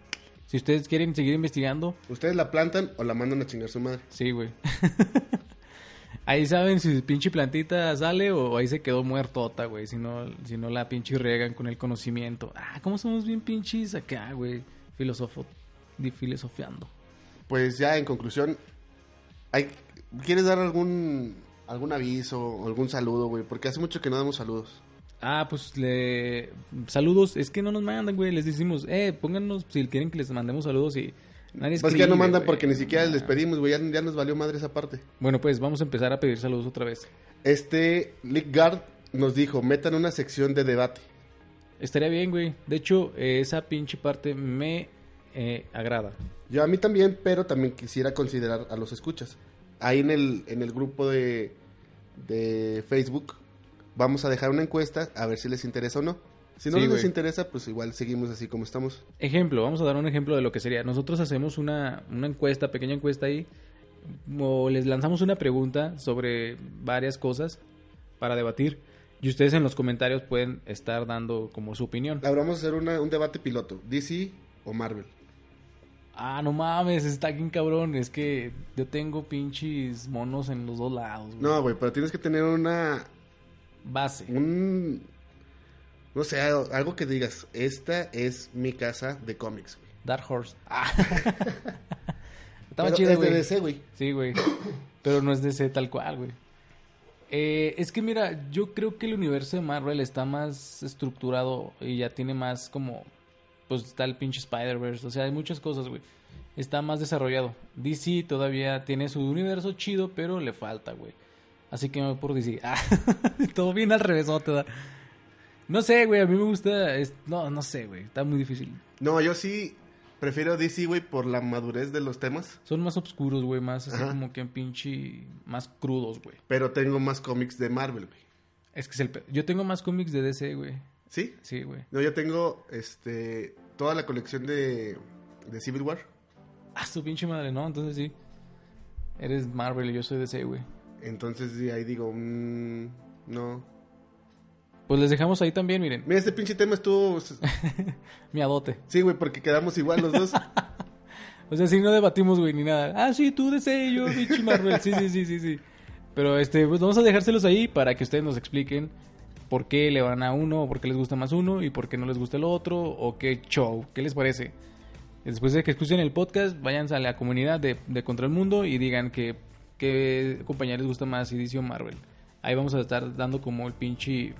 S6: Si ustedes quieren seguir investigando,
S7: ¿ustedes la plantan o la mandan a chingar su madre?
S6: sí, güey. ahí saben si pinche plantita sale o ahí se quedó muertota, güey. Si no, si no la pinche riegan con el conocimiento. Ah, ¿cómo somos bien pinches acá, güey? Filosofo, di- filosofiando.
S7: Pues ya, en conclusión, hay, ¿quieres dar algún, algún aviso o algún saludo, güey? Porque hace mucho que no damos saludos.
S6: Ah, pues le... Saludos. Es que no nos mandan, güey. Les decimos, eh, pónganos si quieren que les mandemos saludos y... Nadie
S7: Pues que ya no
S6: escribe,
S7: mandan
S6: güey.
S7: porque ni siquiera les
S6: Ah.
S7: pedimos, güey, ya, ya nos valió madre esa parte.
S6: Bueno, pues vamos a empezar a pedir saludos otra vez.
S7: Este Lickguard nos dijo, metan una sección de debate.
S6: Estaría bien, güey. De hecho, eh, esa pinche parte me eh, agrada.
S7: Yo a mí también, pero también quisiera considerar a los escuchas. Ahí en el, en el grupo de, de Facebook vamos a dejar una encuesta a ver si les interesa o no. Si no
S6: Sí,
S7: les
S6: güey.
S7: interesa, pues igual seguimos así como estamos.
S6: Ejemplo, vamos a dar un ejemplo de lo que sería. Nosotros hacemos una, una encuesta, pequeña encuesta ahí, o les lanzamos una pregunta sobre varias cosas para debatir. Y ustedes en los comentarios pueden estar dando como su opinión.
S7: Ahora vamos a hacer una- un debate piloto, DC o Marvel.
S6: Ah, no mames, está bien cabrón. Es que yo tengo pinches monos en los dos lados, güey.
S7: No, güey, pero tienes que tener una...
S6: Base.
S7: Un, no sé, algo algo que digas, esta es mi casa de cómics. güey.
S6: Dark Horse. Ah. Estaba
S7: Pero
S6: chido,
S7: es de
S6: güey.
S7: DC, güey.
S6: Sí, güey. Pero no es DC tal cual, güey. Eh, es que mira, yo creo que el universo de Marvel está más estructurado y ya tiene más como... Pues está el pinche Spider-Verse, o sea, hay muchas cosas, güey. Está más desarrollado. DC todavía tiene su universo chido, pero le falta, güey. Así que me voy por DC. Ah, todo bien al revés, ¿no? Te da- No sé, güey, a mí me gusta... es- No, no sé, güey, está muy difícil.
S7: No, yo sí prefiero DC, güey, por la madurez de los temas.
S6: Son más oscuros, güey, más así
S7: Ajá.
S6: como que pinche... Más crudos, güey.
S7: Pero tengo más cómics de Marvel, güey.
S6: Es que es el pe- Yo tengo más cómics de DC, güey.
S7: ¿Sí?
S6: Sí, güey.
S7: No, yo tengo este toda la colección de, de Civil War.
S6: Ah, su pinche madre, ¿no? Entonces sí. Eres Marvel y yo soy DC, güey.
S7: Entonces sí, ahí digo, mm, no.
S6: Pues les dejamos ahí también, miren.
S7: Mira, este pinche tema estuvo...
S6: Mi adote.
S7: Sí, güey, porque quedamos igual los dos.
S6: O sea, sí, no debatimos, güey, ni nada. Ah, sí, tú DC, yo, Vichy Marvel. Sí, sí, sí, sí, sí. Pero este, pues vamos a dejárselos ahí para que ustedes nos expliquen por qué le van a uno, o por qué les gusta más uno y por qué no les gusta el otro, o qué show, qué les parece. Después de que escuchen el podcast, vayan a la comunidad de, de Contra el Mundo y digan que, qué compañía les gusta más, si DC o Marvel. Ahí vamos a estar dando como el pinche.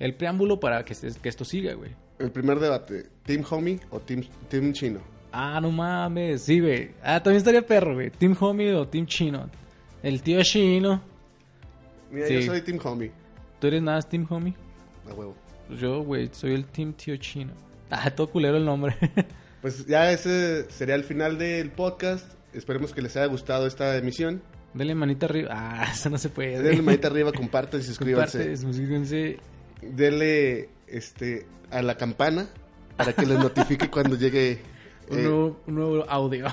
S6: el preámbulo para que, este- que esto siga, güey.
S7: El primer debate, ¿Team Homie o Team, team Chino?
S6: Ah, no mames, sí, güey. Ah, también estaría perro, güey. Team Homie o Team Chino. El tío Chino.
S7: Mira,
S6: Sí.
S7: yo soy Team Homie.
S6: ¿Tú eres nada más Team Homie?
S7: A huevo.
S6: Pues yo, güey, soy el Team Tío Chino. Ah, todo culero el nombre.
S7: Pues ya ese sería el final del podcast. Esperemos que les haya gustado esta emisión.
S6: Dale manita arriba. Ah, eso no se puede.
S7: Denle manita arriba, compartan y suscríbanse.
S6: Comparte, suscríbanse.
S7: Denle este, a la campana para que les notifique cuando llegue.
S6: Un,
S7: eh,
S6: nuevo, un nuevo audio.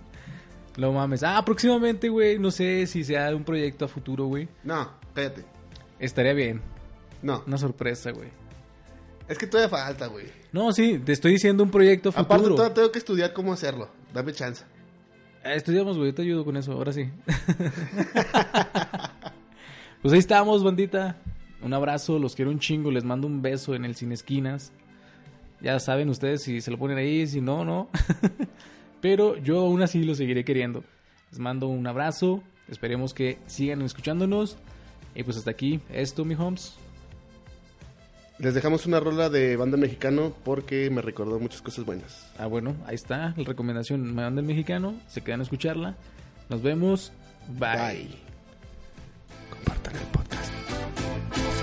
S6: no mames. Ah, próximamente, güey. No sé si sea un proyecto a futuro, güey.
S7: No, cállate.
S6: Estaría bien.
S7: No.
S6: Una sorpresa, güey.
S7: Es que todavía falta, güey.
S6: No, sí, te estoy diciendo un proyecto a futuro.
S7: Aparte, todavía tengo que estudiar cómo hacerlo. Dame chance.
S6: Ah, Estudiamos, güey, yo te ayudo con eso, ahora sí. pues ahí estamos, bandita. Un abrazo, los quiero un chingo, les mando un beso en el Sin Esquinas. Ya saben ustedes si se lo ponen ahí, si no, no. Pero yo aún así lo seguiré queriendo. Les mando un abrazo, esperemos que sigan escuchándonos. Y pues hasta aquí, esto, mi homes.
S7: Les dejamos una rola de banda mexicano porque me recordó muchas cosas buenas.
S6: Ah, bueno, ahí está, la recomendación, me manda el mexicano, se quedan a escucharla. Nos vemos, bye.
S7: Bye. Compartan el podcast.